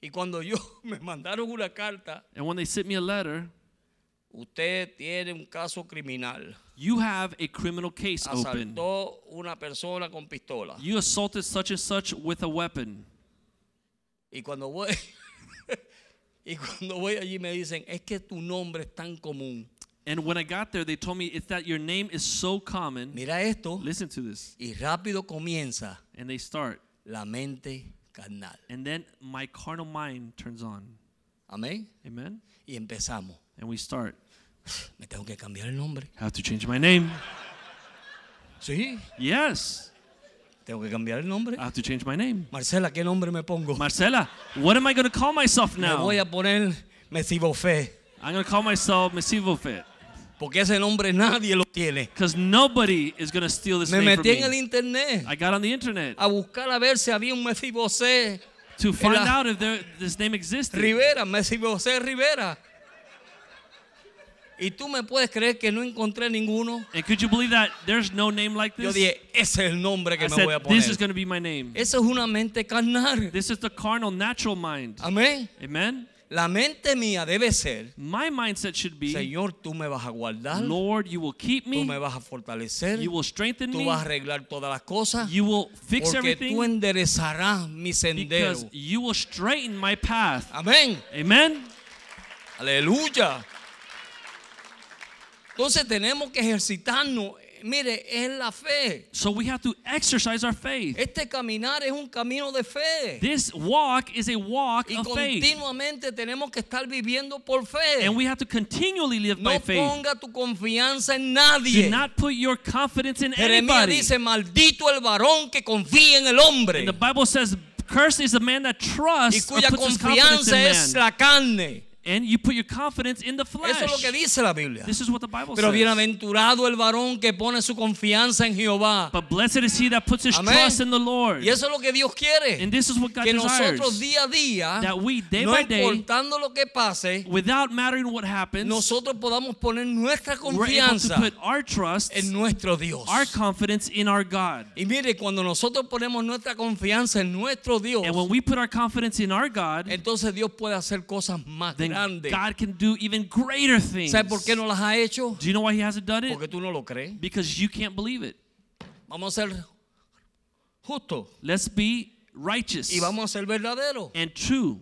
Speaker 3: Y cuando yo *laughs* me mandaron una carta,
Speaker 4: And when they sent me a letter,
Speaker 3: usted tiene un caso criminal.
Speaker 4: you have a criminal case open.
Speaker 3: Asaltó una persona con pistola.
Speaker 4: You assaulted such and such with a weapon.
Speaker 3: Y cuando voy, *laughs* y cuando voy allí me dicen, es que tu nombre es tan común.
Speaker 4: And when I got there, they told me it's that your name is so common.
Speaker 3: Mira esto.
Speaker 4: Listen to this.
Speaker 3: Y rápido comienza
Speaker 4: And they start.
Speaker 3: la mente carnal.
Speaker 4: And then my carnal mind turns on.
Speaker 3: Amén.
Speaker 4: Amen.
Speaker 3: Y empezamos.
Speaker 4: And we start.
Speaker 3: Me tengo que cambiar el nombre.
Speaker 4: have to change my name.
Speaker 3: Sí,
Speaker 4: Yes,
Speaker 3: tengo que cambiar el nombre.
Speaker 4: I have to change my name.
Speaker 3: Marcela, ¿qué nombre me pongo?
Speaker 4: Marcela, what am I going to call myself
Speaker 3: Me
Speaker 4: now?
Speaker 3: voy a poner Mesibofé.
Speaker 4: I'm going to call myself Masivo Fit
Speaker 3: Porque ese nombre nadie lo tiene.
Speaker 4: because nobody is going to steal this
Speaker 3: Me
Speaker 4: name from
Speaker 3: metí en el Ah,
Speaker 4: me.
Speaker 3: internet
Speaker 4: I got on the internet
Speaker 3: a buscar a ver si había un Mesibofé
Speaker 4: to find
Speaker 3: la-
Speaker 4: out if there, this name existed.
Speaker 3: Rivera, Mesibofé Rivera. Y tú me puedes creer que no encontré ninguno.
Speaker 4: And could you believe that there's no name like
Speaker 3: Yo
Speaker 4: this?
Speaker 3: dije, ese es el nombre que
Speaker 4: I
Speaker 3: me
Speaker 4: said,
Speaker 3: voy a poner.
Speaker 4: this is going to be my name.
Speaker 3: Eso es una mente carnal.
Speaker 4: This is the carnal, natural mind.
Speaker 3: Amén.
Speaker 4: Amen?
Speaker 3: La mente mía debe ser,
Speaker 4: My mindset should be,
Speaker 3: Señor, tú me vas a guardar,
Speaker 4: Lord, you will keep
Speaker 3: tú
Speaker 4: me,
Speaker 3: me vas a fortalecer,
Speaker 4: you will strengthen
Speaker 3: tú vas a
Speaker 4: me,
Speaker 3: arreglar todas las cosas,
Speaker 4: you will fix
Speaker 3: porque tú
Speaker 4: everything,
Speaker 3: enderezarás mi sendero.
Speaker 4: because you will straighten my path.
Speaker 3: Amén.
Speaker 4: Amen?
Speaker 3: Aleluya. Entonces tenemos que ejercitarnos. Mire, es la fe.
Speaker 4: So we have to exercise our faith.
Speaker 3: Este caminar es un camino de fe.
Speaker 4: This walk is a walk
Speaker 3: Y
Speaker 4: of faith.
Speaker 3: continuamente tenemos que estar viviendo por fe.
Speaker 4: And we have to continually live by
Speaker 3: No
Speaker 4: faith.
Speaker 3: ponga tu confianza en
Speaker 4: Do
Speaker 3: nadie.
Speaker 4: not put your confidence in
Speaker 3: Jeremías
Speaker 4: anybody.
Speaker 3: dice, maldito el varón que confía en el hombre
Speaker 4: And the Bible says, cursed is the man that
Speaker 3: y
Speaker 4: trusts or
Speaker 3: cuya
Speaker 4: puts his confidence
Speaker 3: confianza
Speaker 4: in
Speaker 3: es
Speaker 4: man.
Speaker 3: la carne.
Speaker 4: And you put your confidence in the flesh.
Speaker 3: Eso es lo que dice la Biblia.
Speaker 4: This is what the Bible
Speaker 3: Pero
Speaker 4: says.
Speaker 3: bienaventurado el varón que pone su confianza en Jehová.
Speaker 4: But blessed is he that puts his
Speaker 3: Amén.
Speaker 4: trust in the Lord.
Speaker 3: Y eso es lo que Dios quiere.
Speaker 4: And this is what God
Speaker 3: Que
Speaker 4: desires.
Speaker 3: nosotros día a día,
Speaker 4: That we, day
Speaker 3: no
Speaker 4: by day,
Speaker 3: importando lo que pase,
Speaker 4: Without mattering what happens,
Speaker 3: nosotros podamos poner nuestra
Speaker 4: we're able to
Speaker 3: confianza
Speaker 4: put our trust,
Speaker 3: en nuestro Dios.
Speaker 4: our confidence in our God.
Speaker 3: Y mire, cuando nosotros ponemos nuestra confianza en nuestro Dios,
Speaker 4: And when we put our confidence in our God,
Speaker 3: entonces Dios puede hacer cosas más
Speaker 4: then
Speaker 3: grandes.
Speaker 4: God can do even greater things.
Speaker 3: ¿Sabes por qué no las ha hecho?
Speaker 4: Do you know why he hasn't done it?
Speaker 3: Porque tú no lo crees.
Speaker 4: Because you can't believe it.
Speaker 3: Vamos a ser justos
Speaker 4: Let's be righteous
Speaker 3: y vamos a ser verdaderos.
Speaker 4: and true.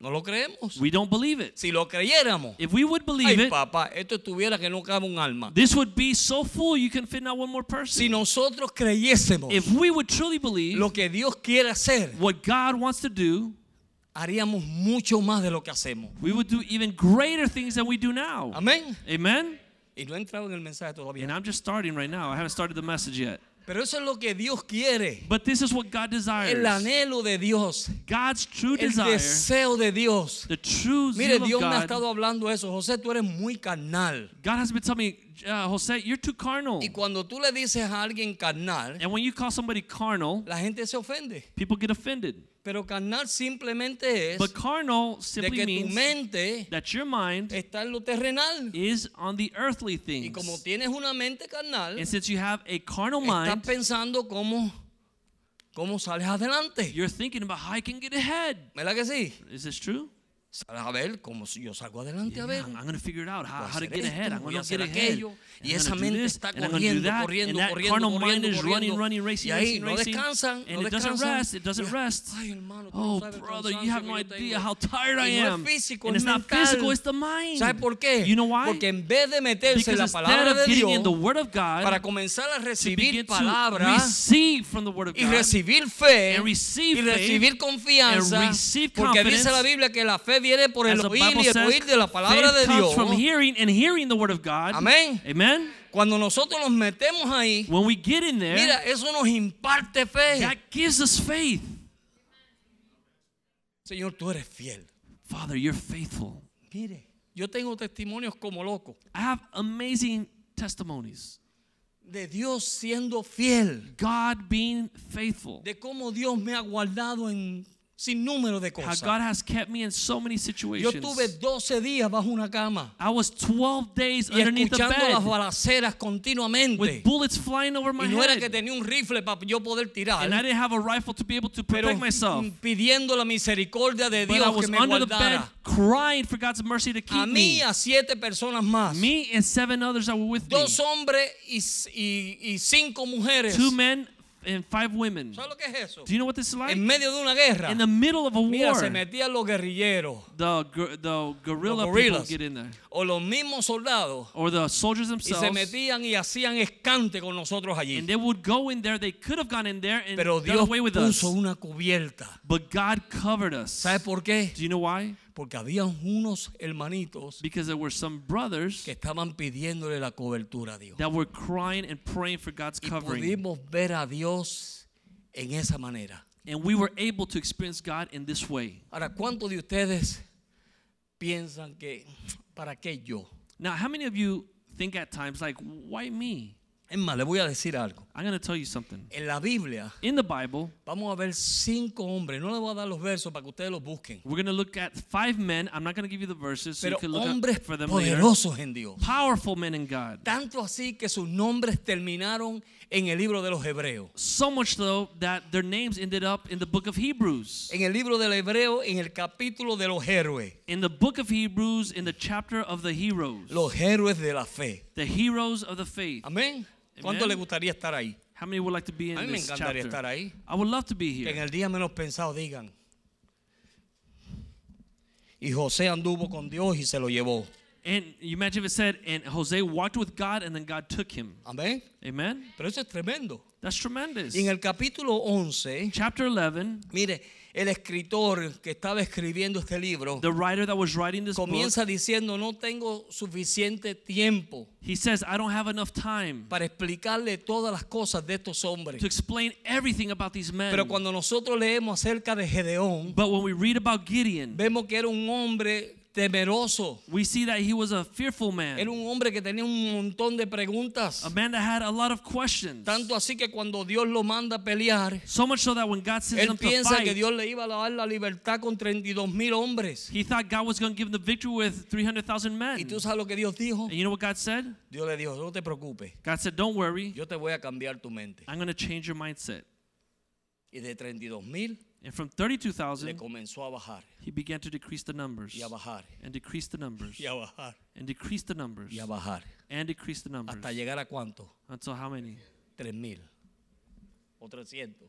Speaker 3: No lo creemos.
Speaker 4: We don't believe it.
Speaker 3: Si lo creyéramos,
Speaker 4: If we would believe
Speaker 3: ay
Speaker 4: it,
Speaker 3: papá, esto estuviera que no cabe un alma.
Speaker 4: this would be so full you can fit not one more
Speaker 3: Si
Speaker 4: person.
Speaker 3: nosotros creyésemos
Speaker 4: If we would truly believe
Speaker 3: lo que Dios quiere hacer,
Speaker 4: what God wants to do,
Speaker 3: haríamos mucho más de lo que hacemos.
Speaker 4: we would do even greater things than we do now.
Speaker 3: Amén.
Speaker 4: Amen?
Speaker 3: Y no he entrado en el mensaje
Speaker 4: And
Speaker 3: todavía.
Speaker 4: I'm just starting right now. I haven't started the message yet.
Speaker 3: Pero eso es lo que Dios quiere.
Speaker 4: But this is what God
Speaker 3: El
Speaker 4: desires.
Speaker 3: anhelo de Dios.
Speaker 4: God's true
Speaker 3: El
Speaker 4: desire,
Speaker 3: deseo de Dios.
Speaker 4: the true
Speaker 3: Mire,
Speaker 4: zeal
Speaker 3: Dios
Speaker 4: of
Speaker 3: me ha
Speaker 4: God.
Speaker 3: estado hablando eso. José, tú eres muy carnal.
Speaker 4: God has been telling me, uh, Jose, you're too carnal.
Speaker 3: Y cuando tú le dices a alguien carnal,
Speaker 4: And when you call somebody carnal,
Speaker 3: la gente se ofende.
Speaker 4: people get offended.
Speaker 3: Pero carnal simplemente es
Speaker 4: But carnal
Speaker 3: de
Speaker 4: simply
Speaker 3: que tu
Speaker 4: means
Speaker 3: mente
Speaker 4: that your mind
Speaker 3: está en lo terrenal.
Speaker 4: is on the earthly
Speaker 3: Y como
Speaker 4: things.
Speaker 3: tienes una mente carnal,
Speaker 4: And since you have a carnal
Speaker 3: estás
Speaker 4: mind,
Speaker 3: pensando cómo, cómo sales adelante.
Speaker 4: you're thinking about how I can get ahead.
Speaker 3: ¿Verdad que sí?
Speaker 4: Is this true?
Speaker 3: Sales a ver cómo si yo salgo adelante a
Speaker 4: Yeah,
Speaker 3: ver.
Speaker 4: I'm going to figure it out
Speaker 3: Voy
Speaker 4: how,
Speaker 3: a
Speaker 4: how to
Speaker 3: hacer
Speaker 4: get
Speaker 3: esto,
Speaker 4: ahead. I'm
Speaker 3: voy
Speaker 4: going
Speaker 3: a
Speaker 4: to get
Speaker 3: hacer
Speaker 4: ahead.
Speaker 3: aquello.
Speaker 4: and
Speaker 3: Y
Speaker 4: I'm
Speaker 3: esa
Speaker 4: gonna do
Speaker 3: mente
Speaker 4: this,
Speaker 3: está
Speaker 4: and I'm gonna do
Speaker 3: corriendo,
Speaker 4: that,
Speaker 3: corriendo,
Speaker 4: and that
Speaker 3: corriendo,
Speaker 4: carnal
Speaker 3: corriendo,
Speaker 4: mind is running,
Speaker 3: corriendo.
Speaker 4: running, racing,
Speaker 3: Y ahí
Speaker 4: racing,
Speaker 3: no
Speaker 4: racing,
Speaker 3: descansan,
Speaker 4: and
Speaker 3: no
Speaker 4: it doesn't
Speaker 3: descansan.
Speaker 4: rest. It doesn't
Speaker 3: Ya,
Speaker 4: rest.
Speaker 3: ay, hermano, tú no
Speaker 4: oh,
Speaker 3: sabes el
Speaker 4: brother,
Speaker 3: cansancio
Speaker 4: you have
Speaker 3: que
Speaker 4: no
Speaker 3: yo tengo.
Speaker 4: idea how tired I
Speaker 3: Y no es
Speaker 4: am.
Speaker 3: físico,
Speaker 4: and
Speaker 3: es
Speaker 4: it's not
Speaker 3: mental.
Speaker 4: physical. It's the mind.
Speaker 3: ¿Sabes por qué?
Speaker 4: You know why?
Speaker 3: Porque en vez de meterse en
Speaker 4: because
Speaker 3: la
Speaker 4: instead
Speaker 3: palabra
Speaker 4: of
Speaker 3: de
Speaker 4: getting in the
Speaker 3: Dios
Speaker 4: Word of God,
Speaker 3: para comenzar a
Speaker 4: to
Speaker 3: recibir
Speaker 4: begin to
Speaker 3: palabras
Speaker 4: receive from the Word of
Speaker 3: y
Speaker 4: God,
Speaker 3: recibir fe
Speaker 4: and receive
Speaker 3: y recibir
Speaker 4: faith,
Speaker 3: confianza
Speaker 4: and receive
Speaker 3: porque dice
Speaker 4: confidence,
Speaker 3: la Biblia que la fe viene por el
Speaker 4: as the
Speaker 3: oír
Speaker 4: Bible
Speaker 3: y el
Speaker 4: says,
Speaker 3: oír de la palabra
Speaker 4: faith
Speaker 3: de
Speaker 4: comes
Speaker 3: Dios
Speaker 4: from hearing and hearing the Word of God.
Speaker 3: Amén.
Speaker 4: Amen.
Speaker 3: cuando nosotros nos metemos ahí
Speaker 4: When we get in there,
Speaker 3: mira eso nos imparte fe
Speaker 4: that gives us faith.
Speaker 3: Señor tú eres fiel
Speaker 4: Father, you're faithful.
Speaker 3: mire yo tengo testimonios como loco
Speaker 4: I have amazing testimonies.
Speaker 3: de Dios siendo fiel
Speaker 4: God being faithful.
Speaker 3: de cómo Dios me ha guardado en sin número de
Speaker 4: How
Speaker 3: cosas
Speaker 4: God has kept me in so many
Speaker 3: yo
Speaker 4: situations.
Speaker 3: tuve 12 días bajo una cama
Speaker 4: I was 12 days
Speaker 3: y
Speaker 4: underneath the
Speaker 3: escuchando las
Speaker 4: bed
Speaker 3: balaceras continuamente
Speaker 4: with bullets flying over my
Speaker 3: y no era que
Speaker 4: head.
Speaker 3: tenía un rifle para yo poder tirar
Speaker 4: And I didn't have a rifle to be able to
Speaker 3: pero mm,
Speaker 4: protect myself.
Speaker 3: pidiendo la misericordia de
Speaker 4: But I
Speaker 3: Dios que
Speaker 4: was
Speaker 3: me
Speaker 4: under the bed
Speaker 3: guardara.
Speaker 4: crying for God's mercy to
Speaker 3: A
Speaker 4: keep
Speaker 3: mí y
Speaker 4: me.
Speaker 3: a siete personas más.
Speaker 4: Me and seven others that were with me.
Speaker 3: Dos hombres y, y- y cinco mujeres.
Speaker 4: Two men and five women.
Speaker 3: ¿Sabes lo que es eso?
Speaker 4: Do you know what this is like?
Speaker 3: En medio de una guerra.
Speaker 4: In the middle of a
Speaker 3: Mira,
Speaker 4: war,
Speaker 3: se metían los guerrilleros
Speaker 4: the, gor- the gorilla people
Speaker 3: gorillas.
Speaker 4: get in there.
Speaker 3: o los mismos soldados
Speaker 4: or the soldiers
Speaker 3: y se
Speaker 4: themselves,
Speaker 3: metían y hacían escante con nosotros allí.
Speaker 4: and they would go in there. They could have gone in there and
Speaker 3: Pero
Speaker 4: done
Speaker 3: Dios
Speaker 4: away with us,
Speaker 3: puso una cubierta.
Speaker 4: but God covered us.
Speaker 3: ¿Sabes por qué?
Speaker 4: Do you know why?
Speaker 3: Porque había unos hermanitos
Speaker 4: because there were some brothers
Speaker 3: que estaban pidiéndole la cobertura a Dios.
Speaker 4: that were crying and praying for God's
Speaker 3: Y
Speaker 4: covering.
Speaker 3: pudimos ver a Dios en esa manera.
Speaker 4: And we were able to experience God in this way.
Speaker 3: Ahora, ¿cuántos de ustedes piensan que, ¿para qué yo?
Speaker 4: Now, how many of you think at times, like, why me?
Speaker 3: Es más, le voy a decir algo.
Speaker 4: I'm going to tell you something.
Speaker 3: En la Biblia
Speaker 4: In the Bible,
Speaker 3: vamos a ver cinco hombres. No les voy a dar los versos para que ustedes los busquen.
Speaker 4: we're going to look at five men. I'm not going to give you the verses, so
Speaker 3: Pero
Speaker 4: you can look
Speaker 3: hombres
Speaker 4: up for them later.
Speaker 3: poderosos en Dios.
Speaker 4: Powerful men in God.
Speaker 3: Tanto así que sus nombres terminaron en el libro de los Hebreos.
Speaker 4: So much so that their names ended up in the book of Hebrews.
Speaker 3: En el libro del Hebreo, en el capítulo de los héroes.
Speaker 4: In the book of Hebrews, in the chapter of the heroes,
Speaker 3: Los héroes de la fe.
Speaker 4: the heroes of the faith.
Speaker 3: Amén. ¿Cuánto
Speaker 4: Amén.
Speaker 3: le gustaría estar ahí?
Speaker 4: How many would like to be in
Speaker 3: A mí me
Speaker 4: this
Speaker 3: encantaría
Speaker 4: chapter?
Speaker 3: estar ahí.
Speaker 4: I would love to be
Speaker 3: Que en
Speaker 4: here.
Speaker 3: el día menos pensado digan. Y José anduvo con Dios y se lo llevó.
Speaker 4: And you imagine if it said, and Jose walked with God, and then God took him.
Speaker 3: Amén.
Speaker 4: Amen.
Speaker 3: Pero eso es tremendo.
Speaker 4: That's tremendous.
Speaker 3: Y en el capítulo 11,
Speaker 4: Chapter 11,
Speaker 3: mire, el escritor que estaba escribiendo este libro
Speaker 4: the writer that was writing this book,
Speaker 3: comienza diciendo, no tengo suficiente tiempo
Speaker 4: he says, I don't have enough time
Speaker 3: para explicarle todas las cosas de estos
Speaker 4: to
Speaker 3: hombres.
Speaker 4: explain everything about these men.
Speaker 3: Pero cuando nosotros leemos acerca de Gedeón,
Speaker 4: but when we read about Gideon,
Speaker 3: vemos que era un hombre temeroso,
Speaker 4: we see that he was a fearful man,
Speaker 3: era un hombre que tenía un montón de preguntas.
Speaker 4: a man that had a lot of questions.
Speaker 3: Tanto así que cuando Dios lo manda a pelear,
Speaker 4: so much so that when God sends
Speaker 3: él
Speaker 4: them to
Speaker 3: piensa
Speaker 4: fight,
Speaker 3: que Dios le iba a dar la libertad con 32 mil hombres.
Speaker 4: he thought God was going to give him the victory with 300,000 men.
Speaker 3: Y tú sabes lo que Dios dijo.
Speaker 4: and you know what God said?
Speaker 3: Dios le dijo, no te preocupes,
Speaker 4: God said, Don't worry,
Speaker 3: yo te voy a cambiar tu mente.
Speaker 4: I'm going to change your mindset.
Speaker 3: Y de 32 mil
Speaker 4: And from
Speaker 3: le
Speaker 4: 32,000,
Speaker 3: comenzó a bajar
Speaker 4: he began to decrease the numbers
Speaker 3: y a bajar
Speaker 4: and decrease the numbers
Speaker 3: y a bajar
Speaker 4: and decrease the numbers
Speaker 3: y a bajar.
Speaker 4: and decrease the numbers
Speaker 3: Hasta llegar a cuánto?
Speaker 4: until how many?
Speaker 3: 3 mil o 300.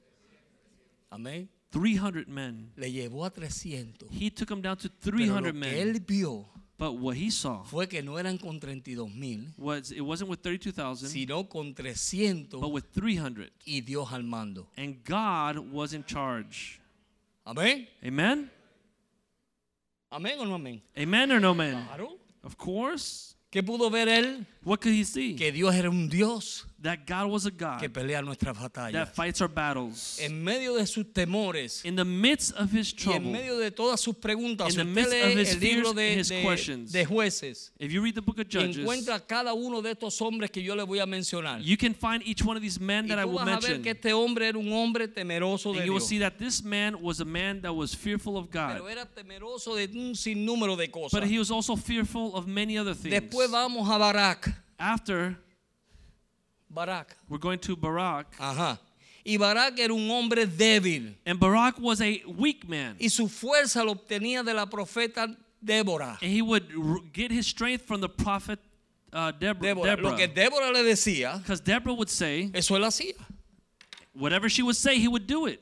Speaker 3: Amén.
Speaker 4: 300 men.
Speaker 3: Le llevó a 300.
Speaker 4: He took them down to
Speaker 3: Pero
Speaker 4: 300
Speaker 3: lo que él
Speaker 4: men.
Speaker 3: vio
Speaker 4: But what he saw
Speaker 3: fue que no eran con 32 mil,
Speaker 4: was it wasn't with 32,000,
Speaker 3: sino con
Speaker 4: but
Speaker 3: 300
Speaker 4: with 300.
Speaker 3: y Dios al mando.
Speaker 4: And God was in charge.
Speaker 3: Amén.
Speaker 4: Amen?
Speaker 3: Amén o no amén.
Speaker 4: Amen or no man?
Speaker 3: Claro.
Speaker 4: Of course.
Speaker 3: ¿Qué pudo ver él?
Speaker 4: What could he see?
Speaker 3: Que Dios era un Dios
Speaker 4: That God was a
Speaker 3: que
Speaker 4: God
Speaker 3: pelea nuestras batallas.
Speaker 4: Ah. that fights our battles.
Speaker 3: En medio de sus temores
Speaker 4: In the midst of his
Speaker 3: y en
Speaker 4: trouble,
Speaker 3: medio de todas sus preguntas,
Speaker 4: In the
Speaker 3: usted
Speaker 4: midst of
Speaker 3: lee
Speaker 4: his
Speaker 3: el libro
Speaker 4: fears
Speaker 3: de,
Speaker 4: and his
Speaker 3: de-
Speaker 4: questions.
Speaker 3: de jueces.
Speaker 4: if you read the book of
Speaker 3: y
Speaker 4: Judges,
Speaker 3: encuentra cada uno de estos hombres que yo le voy a mencionar.
Speaker 4: you can find each one of these men
Speaker 3: y
Speaker 4: that I
Speaker 3: tú
Speaker 4: will
Speaker 3: vas a ver
Speaker 4: mention.
Speaker 3: que este hombre era un hombre temeroso de
Speaker 4: And you will
Speaker 3: Dios.
Speaker 4: see that this man was a man that was fearful of God.
Speaker 3: Pero era temeroso de un sinnúmero de cosas.
Speaker 4: But he was also fearful of many other things.
Speaker 3: Después vamos a Barak.
Speaker 4: After,
Speaker 3: Barak.
Speaker 4: we're going to Barak.
Speaker 3: Ajá. Y Barak era un hombre débil.
Speaker 4: And Barak was a weak man.
Speaker 3: Y su fuerza la obtenía de la profeta Débora.
Speaker 4: And he would r- get his strength from the prophet uh, Deborah.
Speaker 3: Débora. Lo que Débora le decía,
Speaker 4: Because Deborah would say,
Speaker 3: eso él hacía.
Speaker 4: whatever she would say, he would do it.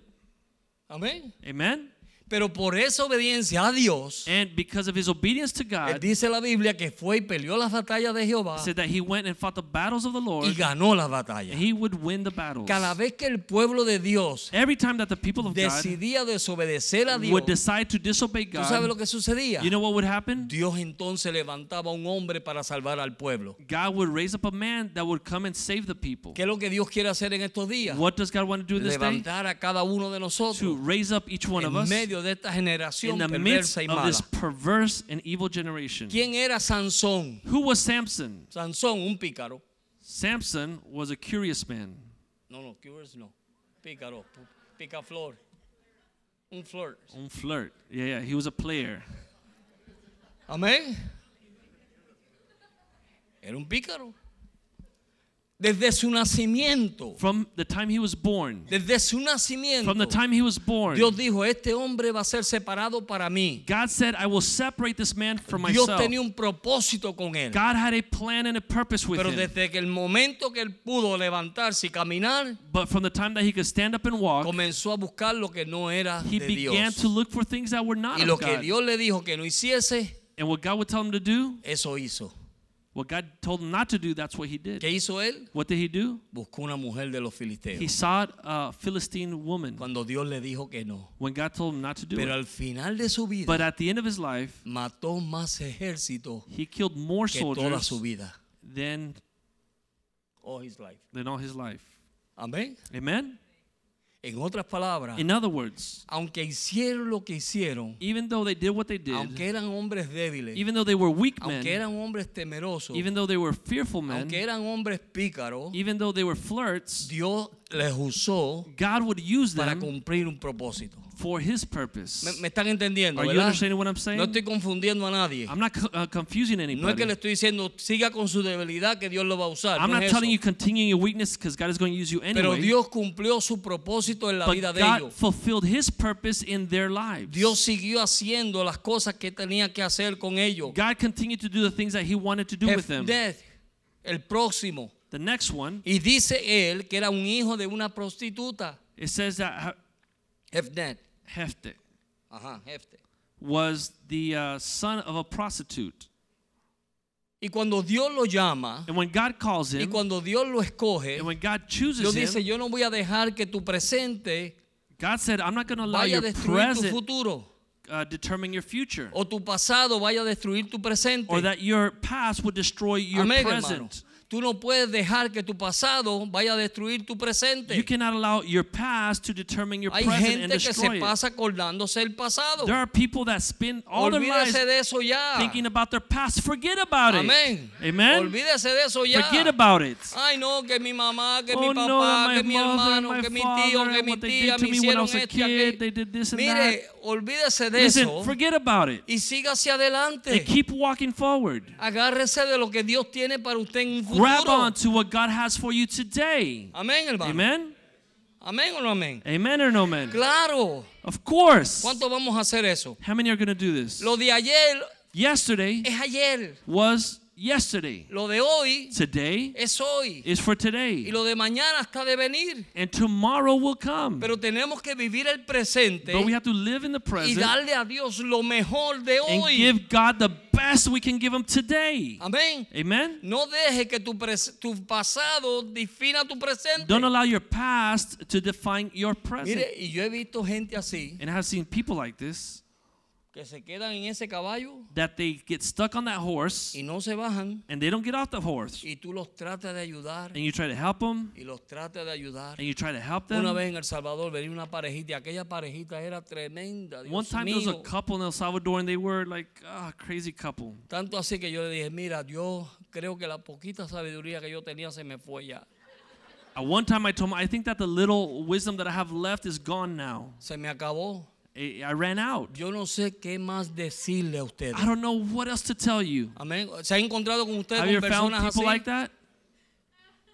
Speaker 3: Amén.
Speaker 4: Amen?
Speaker 3: Pero por esa obediencia a Dios,
Speaker 4: And because of his obedience to
Speaker 3: él
Speaker 4: God, it
Speaker 3: dice la Biblia que fue y peleó las batallas de Jehová
Speaker 4: said that he went and fought the battles of the
Speaker 3: y
Speaker 4: Lord,
Speaker 3: ganó las
Speaker 4: and
Speaker 3: batallas.
Speaker 4: he would win the battles.
Speaker 3: Cada vez que el pueblo de Dios
Speaker 4: Every time that the people of God
Speaker 3: decidía desobedecer a Dios,
Speaker 4: would decide to disobey
Speaker 3: ¿tú sabes lo
Speaker 4: God,
Speaker 3: que sucedía?
Speaker 4: you know what would happen?
Speaker 3: Dios entonces levantaba a un hombre para salvar al pueblo.
Speaker 4: God would raise up a man that would come and save the people.
Speaker 3: ¿Qué es lo que Dios quiere hacer en estos días?
Speaker 4: What does God want to do this day?
Speaker 3: Levantar a cada uno de
Speaker 4: To
Speaker 3: nosotros
Speaker 4: raise up each one of
Speaker 3: en
Speaker 4: us
Speaker 3: medio de esta
Speaker 4: in
Speaker 3: generación
Speaker 4: the midst
Speaker 3: perversa y
Speaker 4: of this
Speaker 3: mala.
Speaker 4: perverse and evil generation.
Speaker 3: ¿Quién era Sansón?
Speaker 4: Who was Samson?
Speaker 3: Sansón, un pícaro.
Speaker 4: Samson was a curious man.
Speaker 3: No, no, curious no. Pícaro, pu- picaflor. Un flirt.
Speaker 4: On flirt. Yeah, yeah, he was a player.
Speaker 3: Amén. Era un pícaro. Desde su nacimiento,
Speaker 4: From the time he was born,
Speaker 3: desde su nacimiento,
Speaker 4: from the time he was born,
Speaker 3: Dios dijo, este hombre va a ser separado para mí.
Speaker 4: God said, I will separate this man from
Speaker 3: Dios
Speaker 4: myself.
Speaker 3: tenía un propósito con él.
Speaker 4: God had a plan and a purpose with
Speaker 3: Pero
Speaker 4: him.
Speaker 3: desde que el momento que él pudo levantarse y caminar,
Speaker 4: But from the time that he could stand up and walk,
Speaker 3: comenzó a buscar lo que no era
Speaker 4: he
Speaker 3: de
Speaker 4: began
Speaker 3: Dios.
Speaker 4: to look for things that were not
Speaker 3: Y
Speaker 4: of
Speaker 3: lo que
Speaker 4: God.
Speaker 3: Dios le dijo que no hiciese,
Speaker 4: And what God would tell him to do,
Speaker 3: eso hizo.
Speaker 4: What God told him not to do, that's what he did.
Speaker 3: ¿Qué hizo él?
Speaker 4: What did he do?
Speaker 3: Buscó una mujer de los
Speaker 4: He
Speaker 3: filisteos.
Speaker 4: sought a Philistine woman
Speaker 3: Cuando Dios le dijo que no.
Speaker 4: when God told him not to do
Speaker 3: Pero
Speaker 4: it.
Speaker 3: al final de su vida
Speaker 4: But at the end of his life,
Speaker 3: mató más ejércitos
Speaker 4: he killed more
Speaker 3: que toda
Speaker 4: soldiers
Speaker 3: su vida.
Speaker 4: than,
Speaker 3: All his life.
Speaker 4: than all his life.
Speaker 3: Amén.
Speaker 4: Amen?
Speaker 3: En otras palabras,
Speaker 4: In other words,
Speaker 3: aunque hicieron lo que hicieron,
Speaker 4: even though they did what they
Speaker 3: aunque
Speaker 4: did,
Speaker 3: eran hombres débiles,
Speaker 4: even though they were weak
Speaker 3: aunque
Speaker 4: men,
Speaker 3: eran hombres temerosos,
Speaker 4: even though they were fearful men,
Speaker 3: aunque eran hombres pícaros,
Speaker 4: even though they were flirts,
Speaker 3: Dios les usó
Speaker 4: God would use
Speaker 3: para
Speaker 4: them
Speaker 3: cumplir un propósito.
Speaker 4: for his
Speaker 3: ¿Me,
Speaker 4: purpose.
Speaker 3: me están entendiendo?
Speaker 4: Are you
Speaker 3: ¿verdad?
Speaker 4: understanding what I'm
Speaker 3: No
Speaker 4: saying?
Speaker 3: estoy confundiendo a nadie.
Speaker 4: I'm not co- uh, confusing
Speaker 3: No es que le
Speaker 4: anybody.
Speaker 3: estoy diciendo siga con su debilidad que Dios lo va a usar.
Speaker 4: I'm
Speaker 3: no
Speaker 4: not
Speaker 3: es
Speaker 4: telling you
Speaker 3: eso.
Speaker 4: continue your weakness because God is going to use you
Speaker 3: Pero
Speaker 4: anyway.
Speaker 3: Dios cumplió su propósito en la
Speaker 4: But
Speaker 3: vida de
Speaker 4: God
Speaker 3: ellos.
Speaker 4: fulfilled his purpose in their lives.
Speaker 3: Dios siguió haciendo las cosas que tenía que hacer con ellos.
Speaker 4: God continued to do the things that he wanted to do with them.
Speaker 3: Jefté, el próximo.
Speaker 4: The next one,
Speaker 3: Y dice él que era un hijo de una prostituta.
Speaker 4: it says that
Speaker 3: Jefté.
Speaker 4: Hefte
Speaker 3: Ajá, Jefté.
Speaker 4: was the uh, son of a prostitute.
Speaker 3: Y cuando Dios lo llama
Speaker 4: And when God calls
Speaker 3: y
Speaker 4: him,
Speaker 3: cuando Dios lo escoge,
Speaker 4: and when God
Speaker 3: Eh, Dios
Speaker 4: chooses
Speaker 3: dice,
Speaker 4: him,
Speaker 3: yo no voy a dejar que tu presente
Speaker 4: God said, I'm not going to allow
Speaker 3: vaya a
Speaker 4: your
Speaker 3: destruir tu
Speaker 4: present
Speaker 3: futuro. Oh,
Speaker 4: uh, determine your future.
Speaker 3: O tu pasado vaya a destruir tu presente.
Speaker 4: or that your past would destroy your
Speaker 3: Amén, hermano.
Speaker 4: present.
Speaker 3: Tú no puedes dejar que tu pasado vaya a destruir tu presente.
Speaker 4: You cannot allow your past to determine your
Speaker 3: Hay
Speaker 4: present and
Speaker 3: gente que
Speaker 4: destroy
Speaker 3: se
Speaker 4: it.
Speaker 3: pasa acordándose el pasado.
Speaker 4: There are people that spend all their lives
Speaker 3: Olvídese de eso ya.
Speaker 4: thinking about their past. Forget about
Speaker 3: Amén.
Speaker 4: it. Amen.
Speaker 3: Olvídese de eso ya.
Speaker 4: Forget about it.
Speaker 3: Ay no, que mi mamá, que
Speaker 4: Oh,
Speaker 3: mi
Speaker 4: no,
Speaker 3: papá,
Speaker 4: my
Speaker 3: que mi
Speaker 4: mother,
Speaker 3: hermano,
Speaker 4: my
Speaker 3: que mi
Speaker 4: father,
Speaker 3: tío, que
Speaker 4: and
Speaker 3: mi
Speaker 4: what they
Speaker 3: tía
Speaker 4: did to
Speaker 3: me
Speaker 4: me when I
Speaker 3: hicieron
Speaker 4: was a
Speaker 3: esto y
Speaker 4: kid, they
Speaker 3: aquello.
Speaker 4: did this and
Speaker 3: Mire, olvídese de
Speaker 4: Listen,
Speaker 3: eso
Speaker 4: forget about it
Speaker 3: y siga hacia
Speaker 4: and
Speaker 3: adelante.
Speaker 4: keep walking forward.
Speaker 3: Agárrese de lo que Dios tiene para usted en un
Speaker 4: Grab
Speaker 3: futuro.
Speaker 4: on to what God has for you today.
Speaker 3: Amén, hermano.
Speaker 4: Amen.
Speaker 3: Amén o no amén.
Speaker 4: Amen or no man?
Speaker 3: Claro.
Speaker 4: Of course.
Speaker 3: ¿Cuánto vamos a hacer eso?
Speaker 4: How many are going to do this?
Speaker 3: Lo de ayer
Speaker 4: Yesterday
Speaker 3: es ayer.
Speaker 4: was yesterday.
Speaker 3: Lo de hoy
Speaker 4: Today
Speaker 3: es hoy.
Speaker 4: is for
Speaker 3: Y
Speaker 4: today.
Speaker 3: lo de mañana está de venir.
Speaker 4: And tomorrow will come.
Speaker 3: Pero tenemos que vivir el presente
Speaker 4: But we have to live in
Speaker 3: y
Speaker 4: the present
Speaker 3: darle a Dios lo mejor de
Speaker 4: and
Speaker 3: hoy.
Speaker 4: give God the best we can give Him today.
Speaker 3: Amén.
Speaker 4: Amen?
Speaker 3: No deje que tu, pres- tu pasado defina tu presente.
Speaker 4: Don't allow your past to define your present.
Speaker 3: Mire, y yo he visto gente así
Speaker 4: And I have seen people like this
Speaker 3: que se quedan en ese caballo
Speaker 4: that they get stuck on that horse
Speaker 3: y no se bajan
Speaker 4: and they don't get off the horse.
Speaker 3: y tú los tratas de ayudar
Speaker 4: And you try to help them
Speaker 3: y los tratas de ayudar.
Speaker 4: and you try to help
Speaker 3: Una
Speaker 4: them.
Speaker 3: vez en El Salvador venía una parejita y aquella parejita era tremenda. Dios
Speaker 4: One time there was a
Speaker 3: mío.
Speaker 4: couple in El Salvador and they were like, ah, crazy couple.
Speaker 3: Tanto así que yo le dije, mira, yo creo que la poquita sabiduría que yo tenía se me fue ya.
Speaker 4: At Uh, one time, I told him, I think that the little wisdom that I have left is gone now.
Speaker 3: Se me acabó.
Speaker 4: I, I ran out.
Speaker 3: Yo no sé qué más decirle a ustedes.
Speaker 4: I don't know what else to tell you.
Speaker 3: Amén. ¿Se ha encontrado con ustedes
Speaker 4: Have
Speaker 3: con
Speaker 4: you ever found
Speaker 3: personas así?
Speaker 4: people like that?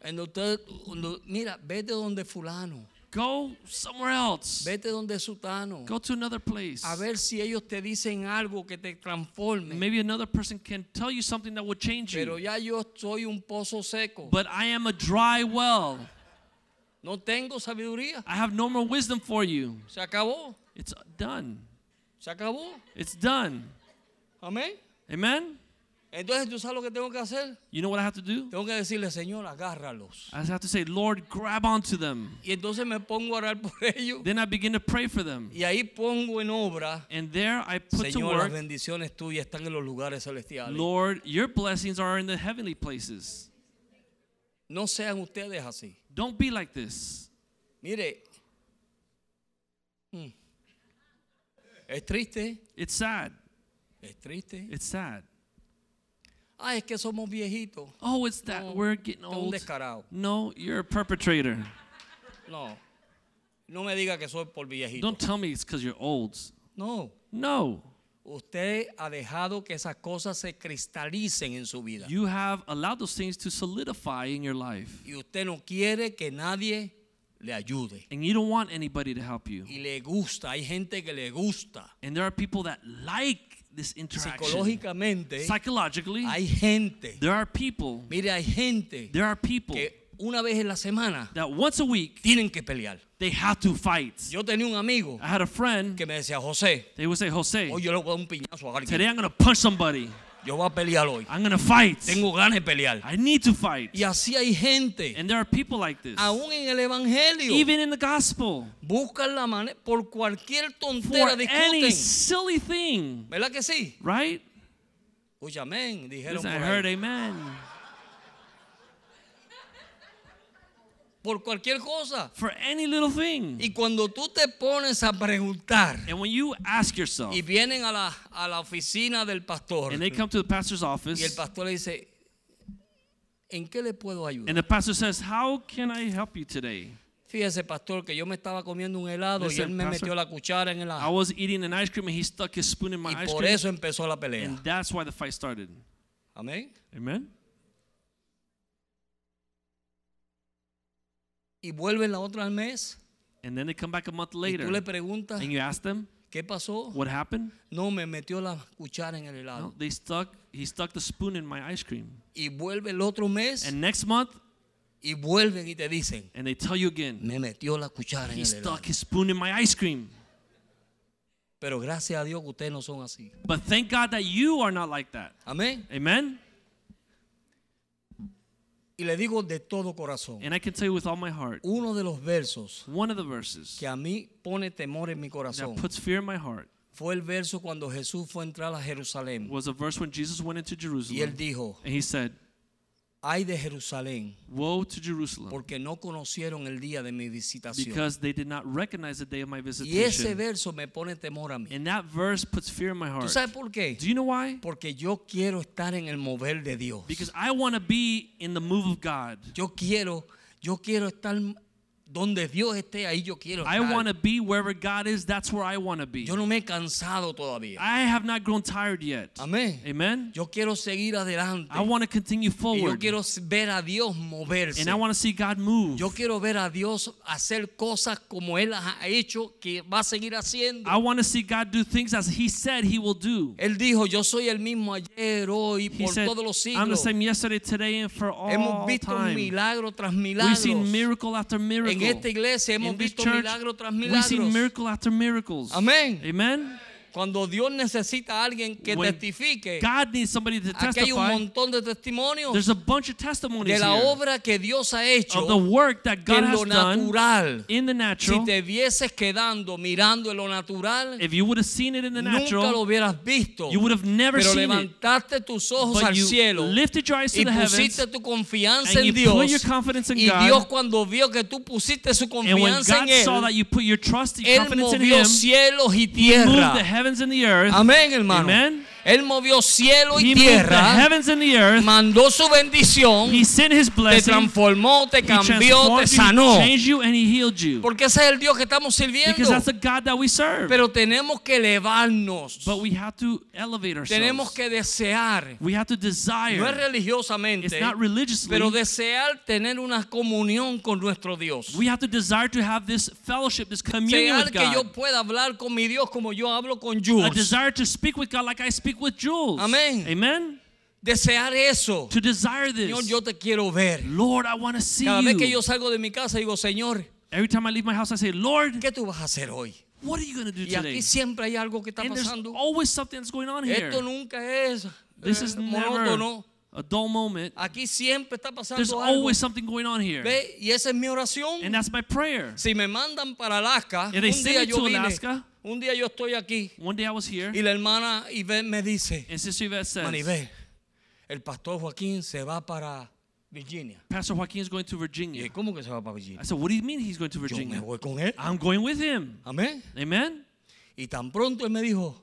Speaker 3: En donde usted- cuando- mira, vete donde fulano,
Speaker 4: Go somewhere else.
Speaker 3: vete donde sutano,
Speaker 4: Go to another place.
Speaker 3: a ver si ellos te dicen algo que te transforme.
Speaker 4: Maybe another person can tell you something that will change
Speaker 3: Pero
Speaker 4: you.
Speaker 3: ya yo soy un pozo seco.
Speaker 4: But I am a dry well.
Speaker 3: No tengo sabiduría.
Speaker 4: I have no more wisdom for you.
Speaker 3: Se acabó.
Speaker 4: It's done.
Speaker 3: Se acabó.
Speaker 4: It's done.
Speaker 3: Amén.
Speaker 4: Amen?
Speaker 3: Entonces tú sabes lo que tengo que hacer.
Speaker 4: You know what I have to do?
Speaker 3: Tengo que decirle, Señor, agárralos.
Speaker 4: I just have to say, Lord, grab onto them.
Speaker 3: Y entonces me pongo a orar por *laughs* ellos.
Speaker 4: Then I begin to pray for them.
Speaker 3: Y ahí pongo en obra,
Speaker 4: And there I put to
Speaker 3: Señor, las
Speaker 4: work
Speaker 3: bendiciones tuyas están en los lugares celestiales.
Speaker 4: Lord, your blessings are in the heavenly places.
Speaker 3: No sean ustedes así.
Speaker 4: Don't be like this.
Speaker 3: Mire, mm, es triste,
Speaker 4: It's sad.
Speaker 3: es triste.
Speaker 4: It's sad.
Speaker 3: Ah, es que somos viejitos.
Speaker 4: Oh, it's that we're getting
Speaker 3: Esto es un
Speaker 4: old.
Speaker 3: descarado.
Speaker 4: No, you're a perpetrator.
Speaker 3: No, no me diga que soy por viejito.
Speaker 4: Don't tell me it's because you're old.
Speaker 3: No,
Speaker 4: No,
Speaker 3: usted ha dejado que esas cosas se cristalicen en su vida.
Speaker 4: you have allowed those things to solidify in your life,
Speaker 3: Y usted no quiere que nadie le ayude.
Speaker 4: and you don't want anybody to help you.
Speaker 3: Y le gusta, hay gente que le gusta.
Speaker 4: And there are people that like this interaction.
Speaker 3: Psicológicamente,
Speaker 4: Psychologically,
Speaker 3: hay gente.
Speaker 4: there are people.
Speaker 3: Mire, hay gente
Speaker 4: There are people
Speaker 3: que una vez en la semana
Speaker 4: that once a week
Speaker 3: tienen que pelear.
Speaker 4: they have to fight.
Speaker 3: Yo tenía un amigo
Speaker 4: I had a friend.
Speaker 3: que Oh, me decía, José,
Speaker 4: They would say, Jose,
Speaker 3: hoy yo le voy a dar un piñazo a alguien.
Speaker 4: Today I'm gonna punch somebody.
Speaker 3: Yo voy a pelear hoy.
Speaker 4: I'm going to fight.
Speaker 3: Tengo ganas de pelear.
Speaker 4: I need to fight.
Speaker 3: Y así hay gente,
Speaker 4: And there are people like this.
Speaker 3: aún en el Evangelio,
Speaker 4: Even in the gospel.
Speaker 3: buscan la manera, por cualquier
Speaker 4: For
Speaker 3: tontera
Speaker 4: any
Speaker 3: discuten.
Speaker 4: silly thing.
Speaker 3: ¿Verdad que sí?
Speaker 4: Right?
Speaker 3: Oye, amén, dijeron
Speaker 4: Listen,
Speaker 3: por
Speaker 4: I
Speaker 3: ahí.
Speaker 4: heard amen.
Speaker 3: Por cualquier cosa.
Speaker 4: For any little thing.
Speaker 3: Y cuando tú te pones a preguntar
Speaker 4: And when you ask yourself,
Speaker 3: y vienen a la, a la oficina del pastor
Speaker 4: and they come to the pastor's
Speaker 3: y el
Speaker 4: office,
Speaker 3: pastor le dice, ¿en qué le puedo ayudar?
Speaker 4: and the pastor says, How can I help you today?
Speaker 3: Fíjese, pastor, que yo me estaba comiendo un helado y
Speaker 4: Listen,
Speaker 3: él me
Speaker 4: pastor.
Speaker 3: metió la cuchara en el
Speaker 4: I
Speaker 3: agua.
Speaker 4: was eating an ice cream and he stuck his spoon in my
Speaker 3: Ah. Y
Speaker 4: ice
Speaker 3: por
Speaker 4: cream.
Speaker 3: eso empezó la
Speaker 4: And
Speaker 3: pelea.
Speaker 4: that's why the fight started.
Speaker 3: Amén.
Speaker 4: Amen?
Speaker 3: Y vuelven la otra al mes
Speaker 4: And then they come back a month
Speaker 3: y
Speaker 4: later
Speaker 3: tú le Oh. preguntas,
Speaker 4: and you ask them,
Speaker 3: ¿qué pasó?
Speaker 4: What happened?
Speaker 3: No, me metió la cuchara en el
Speaker 4: No,
Speaker 3: helado.
Speaker 4: Uh, they stuck, he stuck the spoon in my ice cream.
Speaker 3: Y vuelve el otro mes
Speaker 4: And next month,
Speaker 3: y vuelven y te dicen,
Speaker 4: and they tell you again,
Speaker 3: me metió la cuchara en
Speaker 4: He
Speaker 3: el helado.
Speaker 4: stuck his spoon in my ice cream.
Speaker 3: Pero gracias a Dios que ustedes no son así.
Speaker 4: But thank God that you are not like that.
Speaker 3: Amén.
Speaker 4: Amen?
Speaker 3: Y le digo de todo corazón.
Speaker 4: And I can tell you with all my heart,
Speaker 3: Uno de los versos
Speaker 4: one of the verses
Speaker 3: que a mí pone temor en mi corazón
Speaker 4: that puts fear in my heart
Speaker 3: fue el verso cuando Jesús fue a entrar a Jerusalén.
Speaker 4: was a verse when Jesus went into
Speaker 3: Y él
Speaker 4: Jerusalem
Speaker 3: dijo,
Speaker 4: and he said,
Speaker 3: ay de Jerusalén,
Speaker 4: Woe to Jerusalem
Speaker 3: porque no conocieron el día de mi visitación.
Speaker 4: because they did not recognize the day of my
Speaker 3: Y ese
Speaker 4: visitation.
Speaker 3: verso me pone temor a mí.
Speaker 4: And that verse puts fear in my
Speaker 3: ¿Tú
Speaker 4: heart.
Speaker 3: sabes por qué?
Speaker 4: Do you know why?
Speaker 3: Porque yo quiero estar en el mover de Dios.
Speaker 4: Because I want to be in the move of God.
Speaker 3: Yo quiero, yo quiero estar donde Dios esté, ahí yo quiero
Speaker 4: I want to
Speaker 3: estar.
Speaker 4: be wherever God is. That's where I want to be.
Speaker 3: Yo no me he cansado todavía.
Speaker 4: I have not grown tired yet.
Speaker 3: Amén.
Speaker 4: Amen.
Speaker 3: Yo quiero seguir adelante.
Speaker 4: I want to continue
Speaker 3: Y yo
Speaker 4: forward.
Speaker 3: quiero ver a Dios moverse.
Speaker 4: And I want to see God move.
Speaker 3: Yo quiero ver a Dios hacer cosas como Él ha hecho, que va a seguir haciendo.
Speaker 4: I want to see God do things as He said He will do.
Speaker 3: Él dijo, yo soy el mismo ayer, hoy,
Speaker 4: He
Speaker 3: por
Speaker 4: said,
Speaker 3: todos los
Speaker 4: I'm the
Speaker 3: siglos.
Speaker 4: same yesterday, today, and for all
Speaker 3: Hemos visto
Speaker 4: time.
Speaker 3: milagro tras
Speaker 4: We've
Speaker 3: milagro.
Speaker 4: seen miracle after miracle.
Speaker 3: En esta iglesia hemos
Speaker 4: In this
Speaker 3: visto
Speaker 4: church,
Speaker 3: milagro tras
Speaker 4: we've seen
Speaker 3: milagros.
Speaker 4: miracle after miracles.
Speaker 3: Amén.
Speaker 4: Amen.
Speaker 3: Cuando Dios necesita a alguien que
Speaker 4: When
Speaker 3: testifique,
Speaker 4: God needs somebody to
Speaker 3: aquí hay un
Speaker 4: testify.
Speaker 3: montón de testimonios
Speaker 4: There's a bunch of testimonies
Speaker 3: de la
Speaker 4: here
Speaker 3: obra que Dios ha hecho
Speaker 4: of the work that God
Speaker 3: en
Speaker 4: has
Speaker 3: lo
Speaker 4: done
Speaker 3: natural.
Speaker 4: in the
Speaker 3: Si
Speaker 4: natural.
Speaker 3: te vieses quedando mirando en lo natural,
Speaker 4: If you would have seen it in the
Speaker 3: nunca lo
Speaker 4: natural,
Speaker 3: hubieras visto.
Speaker 4: you would have never
Speaker 3: Pero
Speaker 4: seen it.
Speaker 3: levantaste tus ojos
Speaker 4: But
Speaker 3: al
Speaker 4: you
Speaker 3: cielo
Speaker 4: lifted your eyes to
Speaker 3: y
Speaker 4: the heavens,
Speaker 3: pusiste tu confianza
Speaker 4: and
Speaker 3: en
Speaker 4: you put
Speaker 3: Dios.
Speaker 4: your confidence in
Speaker 3: y
Speaker 4: God.
Speaker 3: Dios cuando vio que tú pusiste su
Speaker 4: and when
Speaker 3: confianza
Speaker 4: God
Speaker 3: en él,
Speaker 4: saw that you put your trust and
Speaker 3: él
Speaker 4: confidence in Him,
Speaker 3: movió cielos y
Speaker 4: He moved the
Speaker 3: tierra.
Speaker 4: heavens and the earth.
Speaker 3: Amén, hermano.
Speaker 4: Amen.
Speaker 3: Él movió cielo
Speaker 4: He
Speaker 3: y
Speaker 4: moved the
Speaker 3: tierra,
Speaker 4: heavens and the earth.
Speaker 3: mandó su bendición,
Speaker 4: He sent His
Speaker 3: te
Speaker 4: blessing.
Speaker 3: transformó, te
Speaker 4: He
Speaker 3: cambió,
Speaker 4: transformed
Speaker 3: te
Speaker 4: you,
Speaker 3: sanó.
Speaker 4: He changed you, and He healed you.
Speaker 3: Porque ese es el Dios que estamos
Speaker 4: Because
Speaker 3: sirviendo.
Speaker 4: that's the God that we serve.
Speaker 3: Pero tenemos que elevarnos,
Speaker 4: But we have to elevate
Speaker 3: tenemos
Speaker 4: ourselves.
Speaker 3: que desear.
Speaker 4: We have to
Speaker 3: No es
Speaker 4: desire. It's
Speaker 3: religiosamente, pero
Speaker 4: not religiously.
Speaker 3: desear tener una comunión con nuestro Dios.
Speaker 4: We have to desire to have this fellowship, this communion
Speaker 3: Desear
Speaker 4: with
Speaker 3: que yo
Speaker 4: God.
Speaker 3: pueda hablar con mi Dios como yo hablo con
Speaker 4: A
Speaker 3: Jules.
Speaker 4: desire to speak with God like I speak with Jules.
Speaker 3: Amén.
Speaker 4: Amen.
Speaker 3: Desear eso.
Speaker 4: To desire
Speaker 3: Señor,
Speaker 4: this.
Speaker 3: yo te quiero ver.
Speaker 4: Lord, I want to see
Speaker 3: Cada vez que
Speaker 4: you.
Speaker 3: yo salgo de mi casa digo, Señor,
Speaker 4: Every time I leave my house, I say, Lord,
Speaker 3: ¿qué tú vas a hacer hoy?
Speaker 4: what are you going to do
Speaker 3: Y
Speaker 4: today?
Speaker 3: aquí siempre hay algo que está
Speaker 4: And there's
Speaker 3: pasando.
Speaker 4: always something that's going on here.
Speaker 3: Esto nunca es
Speaker 4: This
Speaker 3: eh,
Speaker 4: is never
Speaker 3: monótono.
Speaker 4: a dull moment.
Speaker 3: Aquí siempre está
Speaker 4: There's
Speaker 3: pasando algo.
Speaker 4: always something going on here.
Speaker 3: Ve, y esa es mi oración.
Speaker 4: And that's my prayer.
Speaker 3: Si me mandan para Alaska,
Speaker 4: If
Speaker 3: un
Speaker 4: they send
Speaker 3: día
Speaker 4: me
Speaker 3: yo
Speaker 4: to
Speaker 3: vine,
Speaker 4: Alaska-
Speaker 3: un día yo estoy aquí
Speaker 4: One day I was here,
Speaker 3: Y la hermana Ivette me dice,
Speaker 4: and Sister Yvette says,
Speaker 3: Maribel, el pastor Joaquín se va para Virginia.
Speaker 4: Pastor Joaquín is going to
Speaker 3: Y
Speaker 4: Virginia.
Speaker 3: yo, ¿cómo que se va para
Speaker 4: I
Speaker 3: Virginia?
Speaker 4: said, What do you mean he's going to
Speaker 3: Yo me
Speaker 4: Virginia?
Speaker 3: voy con él.
Speaker 4: I'm going with him.
Speaker 3: Amén.
Speaker 4: Amen.
Speaker 3: Y tan pronto él me dijo,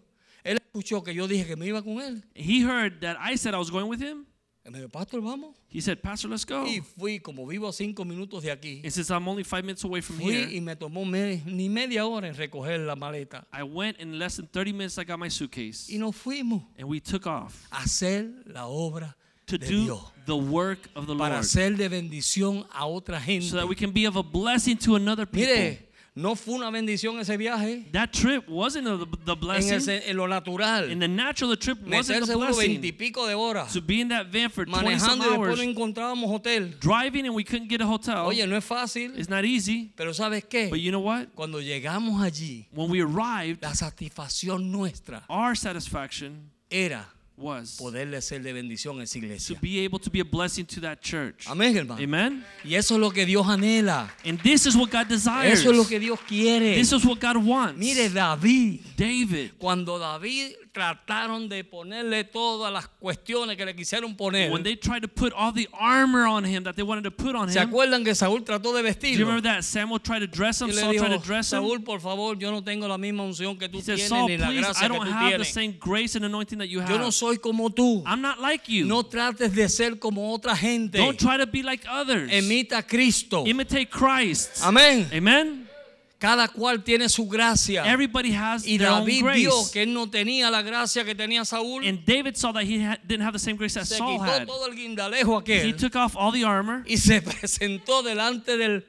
Speaker 3: él escuchó que yo dije que me iba con él.
Speaker 4: He heard that I said I was going with him.
Speaker 3: Él me dijo, pastor, vamos.
Speaker 4: He said, Pastor, let's go.
Speaker 3: Y fui, como vivo a cinco minutos de aquí,
Speaker 4: And since I'm only five minutes away from
Speaker 3: fui y
Speaker 4: here,
Speaker 3: me tomó me- ni media hora en recoger la maleta.
Speaker 4: I went in less than 30 minutes. I got my suitcase,
Speaker 3: Y nos fuimos
Speaker 4: and we took off
Speaker 3: a hacer la obra
Speaker 4: to
Speaker 3: de
Speaker 4: do
Speaker 3: Dios.
Speaker 4: the work of the
Speaker 3: Para
Speaker 4: Lord, so
Speaker 3: ser de bendición a otra gente.
Speaker 4: that we can be of a blessing to another people.
Speaker 3: Mire, no fue una bendición ese viaje.
Speaker 4: That trip wasn't the, the
Speaker 3: en, el
Speaker 4: blessing.
Speaker 3: sen- en lo natural.
Speaker 4: In the natural, the trip wasn't
Speaker 3: Meterse
Speaker 4: the
Speaker 3: uno veintipico
Speaker 4: blessing.
Speaker 3: de horas
Speaker 4: To be in that van for 20 some
Speaker 3: manejando y después
Speaker 4: hours,
Speaker 3: no encontrábamos hotel.
Speaker 4: driving, and we couldn't get a hotel.
Speaker 3: Oye, eh. no es fácil,
Speaker 4: It's not easy,
Speaker 3: pero ¿sabes
Speaker 4: but
Speaker 3: qué?
Speaker 4: you know what?
Speaker 3: Cuando llegamos allí,
Speaker 4: When we arrived,
Speaker 3: la satisfacción nuestra
Speaker 4: our satisfaction
Speaker 3: era
Speaker 4: was
Speaker 3: poderle ser de bendición a esa
Speaker 4: to
Speaker 3: iglesia.
Speaker 4: be able to be a blessing to that church.
Speaker 3: Amén, hermano.
Speaker 4: Amen.
Speaker 3: Y eso es lo que Dios anhela.
Speaker 4: And this is what God desires.
Speaker 3: Eso es lo que Dios quiere.
Speaker 4: This is what God wants.
Speaker 3: Mire, David.
Speaker 4: David,
Speaker 3: Cuando David trataron de ponerle todas las cuestiones que le quisieron poner,
Speaker 4: when they tried to put all the armor on him that they wanted to put on
Speaker 3: ¿se
Speaker 4: him,
Speaker 3: acuerdan que Saúl trató de
Speaker 4: do you
Speaker 3: vestirlo?
Speaker 4: remember that? Samuel tried to dress him,
Speaker 3: Y le
Speaker 4: Saul tried to
Speaker 3: dijo,
Speaker 4: dress him.
Speaker 3: Saúl, por favor, yo no tengo la misma unción que tú
Speaker 4: He said,
Speaker 3: tienes
Speaker 4: Saul,
Speaker 3: ni la
Speaker 4: please, I
Speaker 3: gracia que
Speaker 4: don't
Speaker 3: tú
Speaker 4: have the
Speaker 3: tienes.
Speaker 4: same grace and anointing that you have.
Speaker 3: Yo no soy como tú.
Speaker 4: I'm not like you.
Speaker 3: No trates de ser como otra gente.
Speaker 4: Don't try to be like others.
Speaker 3: Emita a Cristo.
Speaker 4: Imitate Christ.
Speaker 3: Amén.
Speaker 4: Amen.
Speaker 3: Cada cual tiene su gracia.
Speaker 4: Everybody has
Speaker 3: Y
Speaker 4: their own
Speaker 3: David vio
Speaker 4: grace.
Speaker 3: que él no tenía la gracia que tenía Saúl.
Speaker 4: And David saw that he ha- didn't have the same grace that
Speaker 3: Se
Speaker 4: Saul
Speaker 3: quitó
Speaker 4: had.
Speaker 3: todo el guindalejo
Speaker 4: He
Speaker 3: aquel
Speaker 4: took off all the armor
Speaker 3: y se *laughs* presentó delante del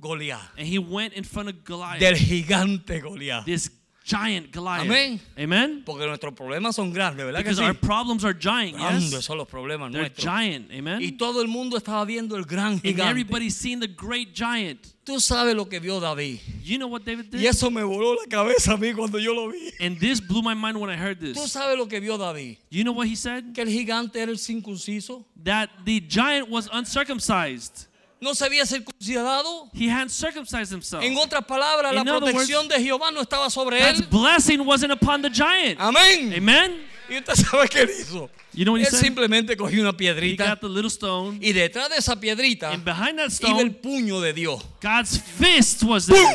Speaker 3: Goliat,
Speaker 4: and he went in front of Goliath,
Speaker 3: del gigante Goliat.
Speaker 4: this giant Goliath.
Speaker 3: Amén.
Speaker 4: Amen.
Speaker 3: Porque nuestros problemas son grandes, ¿verdad que
Speaker 4: Because
Speaker 3: sí?
Speaker 4: our problems are giant,
Speaker 3: Grandes
Speaker 4: yes.
Speaker 3: son los problemas
Speaker 4: They're
Speaker 3: nuestros.
Speaker 4: giant. Amen.
Speaker 3: Y todo el mundo estaba viendo el gran
Speaker 4: And
Speaker 3: gigante.
Speaker 4: everybody's seen the great giant.
Speaker 3: Tú sabes lo que vio David.
Speaker 4: You know what David did?
Speaker 3: Y eso me voló la cabeza a mí cuando yo lo vi.
Speaker 4: And this blew my mind when I heard this.
Speaker 3: Tú sabes lo que vio David.
Speaker 4: You know what he said?
Speaker 3: Que el gigante era el circunciso.
Speaker 4: That the giant was uncircumcised.
Speaker 3: No se había circuncidado.
Speaker 4: He hadn't circumcised himself.
Speaker 3: En otras palabras, la
Speaker 4: In other
Speaker 3: protección de Jehová no estaba sobre
Speaker 4: God's
Speaker 3: él.
Speaker 4: blessing wasn't upon the giant.
Speaker 3: Amén.
Speaker 4: Amen.
Speaker 3: Y usted sabe qué él hizo.
Speaker 4: You know what he
Speaker 3: él
Speaker 4: said?
Speaker 3: simplemente cogió una
Speaker 4: He
Speaker 3: piedrita
Speaker 4: got the little stone,
Speaker 3: y detrás de esa piedrita
Speaker 4: and behind that
Speaker 3: iba el
Speaker 4: stone,
Speaker 3: puño de Dios.
Speaker 4: God's fist was there.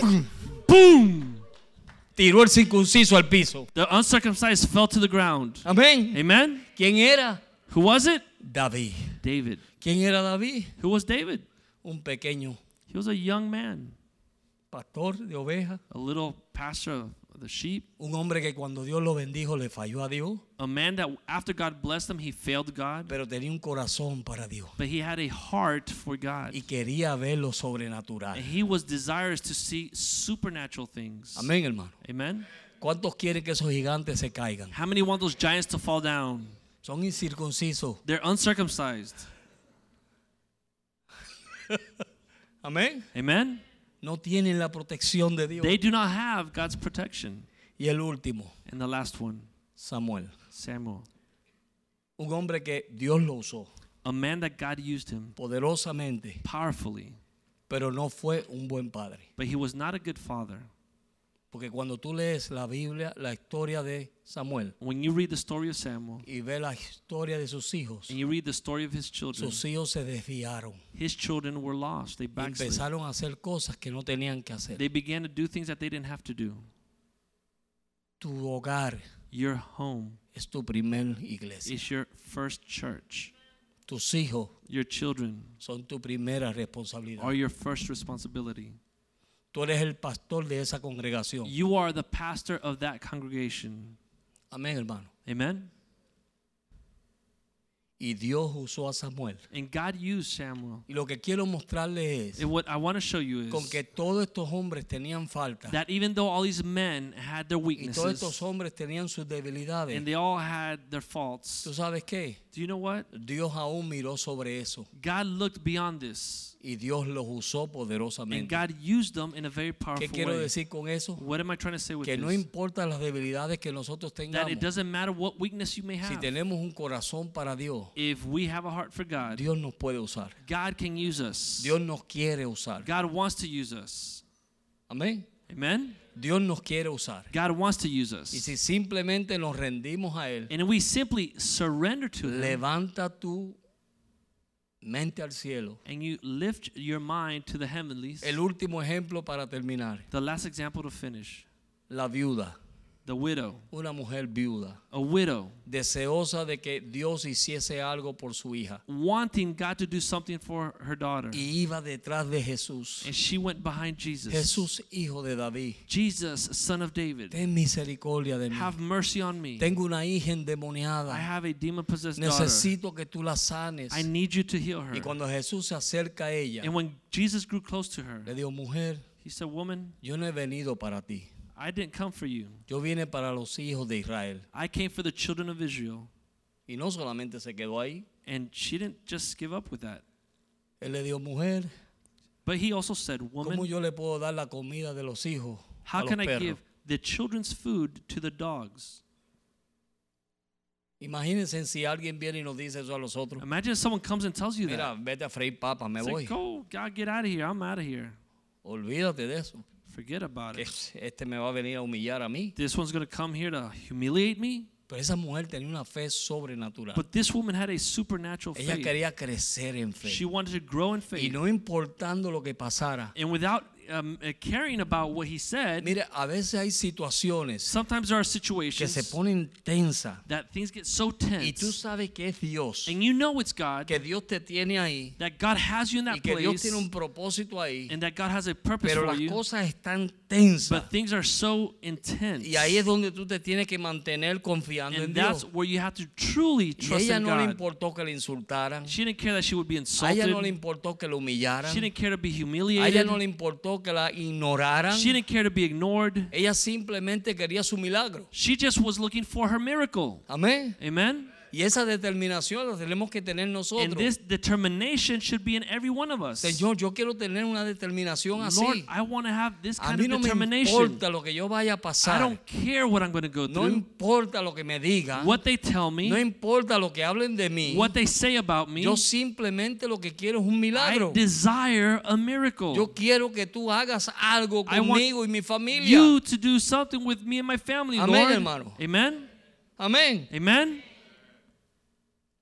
Speaker 4: Boom!
Speaker 3: Tiró el circunciso al piso.
Speaker 4: The uncircumcised fell to the ground.
Speaker 3: Amén.
Speaker 4: Amen.
Speaker 3: ¿Quién era?
Speaker 4: Who was it?
Speaker 3: David.
Speaker 4: David.
Speaker 3: ¿Quién era David?
Speaker 4: Who was David?
Speaker 3: Un pequeño
Speaker 4: He was a young man,
Speaker 3: pastor de ovejas.
Speaker 4: a little pastor of the sheep,
Speaker 3: Un hombre que cuando Dios lo bendijo le falló a Dios,
Speaker 4: a man that after God blessed him, he failed God,
Speaker 3: pero tenía un corazón para Dios
Speaker 4: but he had a heart for God.
Speaker 3: y quería ver lo
Speaker 4: And
Speaker 3: sobrenatural.
Speaker 4: he was desirous to see supernatural things.
Speaker 3: Amén, hermano.
Speaker 4: Amen.
Speaker 3: ¿Cuántos quieren que esos gigantes se caigan?
Speaker 4: How many want those giants to fall down?
Speaker 3: Son incircuncisos.
Speaker 4: They're uncircumcised.
Speaker 3: Amén.
Speaker 4: Amen.
Speaker 3: No tienen la protección de Dios.
Speaker 4: They do not have God's protection.
Speaker 3: Y el último,
Speaker 4: And the last one,
Speaker 3: Samuel.
Speaker 4: Samuel,
Speaker 3: Un hombre que Dios lo usó
Speaker 4: a man that God used him
Speaker 3: poderosamente,
Speaker 4: powerfully,
Speaker 3: pero no fue un buen padre.
Speaker 4: but he was not a good father.
Speaker 3: Porque cuando tú lees la Biblia, la historia de Samuel
Speaker 4: When you read the story of Samuel
Speaker 3: y ves la historia de sus hijos,
Speaker 4: and you read the story of his children,
Speaker 3: sus hijos se desviaron.
Speaker 4: his children were lost. They backslid.
Speaker 3: Empezaron a hacer cosas que no tenían que hacer.
Speaker 4: They began to do things that they didn't have to do.
Speaker 3: Tu hogar
Speaker 4: Your home
Speaker 3: es tu primer iglesia.
Speaker 4: is your first church.
Speaker 3: Tus hijos
Speaker 4: Your children
Speaker 3: son tu primera responsabilidad.
Speaker 4: are your first responsibility.
Speaker 3: Tú eres el pastor de esa congregación.
Speaker 4: You are the pastor of that congregation.
Speaker 3: Amén, hermano.
Speaker 4: Amen.
Speaker 3: Y Dios usó a Samuel.
Speaker 4: And God used Samuel.
Speaker 3: Y lo que quiero mostrarles es
Speaker 4: And what I want to show you is
Speaker 3: con que todos estos hombres tenían falta
Speaker 4: that even though all these men had their
Speaker 3: y todos
Speaker 4: weaknesses
Speaker 3: estos hombres tenían sus
Speaker 4: and
Speaker 3: debilidades.
Speaker 4: they all had their faults,
Speaker 3: ¿Tú sabes qué?
Speaker 4: do you know what?
Speaker 3: Dios aún miró sobre eso
Speaker 4: God looked beyond this
Speaker 3: y Dios los usó
Speaker 4: and
Speaker 3: poderosamente.
Speaker 4: God used them in a very powerful
Speaker 3: ¿Qué quiero
Speaker 4: way.
Speaker 3: decir con eso?
Speaker 4: What am I trying to say with
Speaker 3: Que no
Speaker 4: this?
Speaker 3: importa las debilidades que nosotros
Speaker 4: That
Speaker 3: tengamos,
Speaker 4: it doesn't matter what weakness you may
Speaker 3: si
Speaker 4: have.
Speaker 3: tenemos un corazón para Dios,
Speaker 4: If we have a heart for God,
Speaker 3: Dios nos puede usar.
Speaker 4: God can use us.
Speaker 3: Dios nos quiere usar.
Speaker 4: God wants to use us.
Speaker 3: Amén.
Speaker 4: Amen?
Speaker 3: Dios nos quiere usar.
Speaker 4: God wants to use
Speaker 3: Y
Speaker 4: us.
Speaker 3: si simplemente nos rendimos a Él,
Speaker 4: And we simply surrender to Him
Speaker 3: levanta tu mente al cielo.
Speaker 4: and you lift your mind to the heavenlies.
Speaker 3: El último ejemplo para terminar.
Speaker 4: The last example to finish
Speaker 3: La viuda,
Speaker 4: the widow.
Speaker 3: una mujer viuda,
Speaker 4: A widow
Speaker 3: deseosa de que Dios hiciese algo por su hija.
Speaker 4: wanting God to do something for her daughter.
Speaker 3: Y iba detrás de Jesús.
Speaker 4: And she went behind Jesus.
Speaker 3: Jesús, hijo de David,
Speaker 4: Jesus, son of David,
Speaker 3: ten misericordia de mí.
Speaker 4: have mercy on me.
Speaker 3: Tengo una hija
Speaker 4: I
Speaker 3: endemoniada.
Speaker 4: have a demon possessed daughter.
Speaker 3: Necesito que tú la sanes.
Speaker 4: I need you to heal her.
Speaker 3: Y cuando Jesús se acerca a ella,
Speaker 4: And when Jesus grew close to her,
Speaker 3: le dijo, mujer,
Speaker 4: he said, Woman,
Speaker 3: yo no he venido para ti.
Speaker 4: I didn't come for you.
Speaker 3: Yo vine para los hijos de Israel.
Speaker 4: I came for the children of Israel.
Speaker 3: Y no solamente se quedó ahí.
Speaker 4: And she didn't just give up with that.
Speaker 3: Él le dijo, mujer,
Speaker 4: But he also said,
Speaker 3: ¿cómo
Speaker 4: Woman,
Speaker 3: yo le puedo dar la comida de los hijos a
Speaker 4: how
Speaker 3: los
Speaker 4: can I
Speaker 3: perros?
Speaker 4: give the children's food to the dogs?
Speaker 3: Imagínense si alguien viene y nos dice eso a los otros.
Speaker 4: Imagine if someone comes and tells you
Speaker 3: Mira,
Speaker 4: that.
Speaker 3: vete a freír papa, me
Speaker 4: It's
Speaker 3: voy.
Speaker 4: like, go, God, get out of here. I'm out of here.
Speaker 3: Olvídate de eso.
Speaker 4: Forget about
Speaker 3: Que
Speaker 4: it.
Speaker 3: Este me va a venir a humillar a mí.
Speaker 4: This one's going to come here to humiliate me.
Speaker 3: Pero esa mujer tenía una fe sobrenatural.
Speaker 4: But this woman had a supernatural
Speaker 3: Ella
Speaker 4: faith.
Speaker 3: quería crecer en fe.
Speaker 4: She wanted to grow in
Speaker 3: Y
Speaker 4: faith.
Speaker 3: no importando lo que pasara.
Speaker 4: And without um, uh, caring about what he said,
Speaker 3: Mire, a veces hay situaciones
Speaker 4: sometimes there are
Speaker 3: que se
Speaker 4: situations
Speaker 3: ponen tensas.
Speaker 4: that things get so
Speaker 3: Y tú
Speaker 4: tense.
Speaker 3: sabes que es Dios.
Speaker 4: And you know it's God,
Speaker 3: Que Dios te tiene ahí.
Speaker 4: that God has you in
Speaker 3: Y
Speaker 4: that
Speaker 3: que Dios
Speaker 4: place,
Speaker 3: tiene un propósito ahí.
Speaker 4: and that God has a purpose
Speaker 3: Pero
Speaker 4: for
Speaker 3: las
Speaker 4: you.
Speaker 3: cosas están tensas.
Speaker 4: But things are so intense.
Speaker 3: Y ahí es donde tú te tienes que mantener confiando en
Speaker 4: And that's
Speaker 3: Dios.
Speaker 4: where you have to truly
Speaker 3: Y
Speaker 4: trust
Speaker 3: ella
Speaker 4: in
Speaker 3: no le
Speaker 4: God.
Speaker 3: importó que le insultaran.
Speaker 4: She didn't care that she would be
Speaker 3: A ella no le
Speaker 4: insulted.
Speaker 3: importó que lo humillaran.
Speaker 4: She didn't care to be
Speaker 3: A ella no
Speaker 4: humiliated.
Speaker 3: le importó que la ignoraran.
Speaker 4: She didn't care to be ignored.
Speaker 3: Ella simplemente quería su milagro.
Speaker 4: She just was looking for her miracle.
Speaker 3: Amén.
Speaker 4: Amen.
Speaker 3: Y esa determinación la tenemos que tener
Speaker 4: And this
Speaker 3: nosotros.
Speaker 4: determination should be in every one of us.
Speaker 3: Señor, yo quiero tener una determinación
Speaker 4: Lord,
Speaker 3: así.
Speaker 4: I want to have this
Speaker 3: A
Speaker 4: kind
Speaker 3: mí
Speaker 4: of
Speaker 3: no me
Speaker 4: determination.
Speaker 3: importa lo que yo vaya a
Speaker 4: I
Speaker 3: pasar.
Speaker 4: don't care what I'm going to go
Speaker 3: No
Speaker 4: through,
Speaker 3: importa lo que me digan.
Speaker 4: what they
Speaker 3: No
Speaker 4: tell me,
Speaker 3: importa lo que hablen de mí.
Speaker 4: what they say about me.
Speaker 3: Yo simplemente lo que quiero es un
Speaker 4: I
Speaker 3: milagro.
Speaker 4: desire a
Speaker 3: Yo
Speaker 4: miracle.
Speaker 3: quiero que tú hagas algo
Speaker 4: I want
Speaker 3: conmigo y mi familia.
Speaker 4: You to do something with me and my family,
Speaker 3: Amén,
Speaker 4: Lord.
Speaker 3: hermano.
Speaker 4: Amen.
Speaker 3: Amén.
Speaker 4: Amen.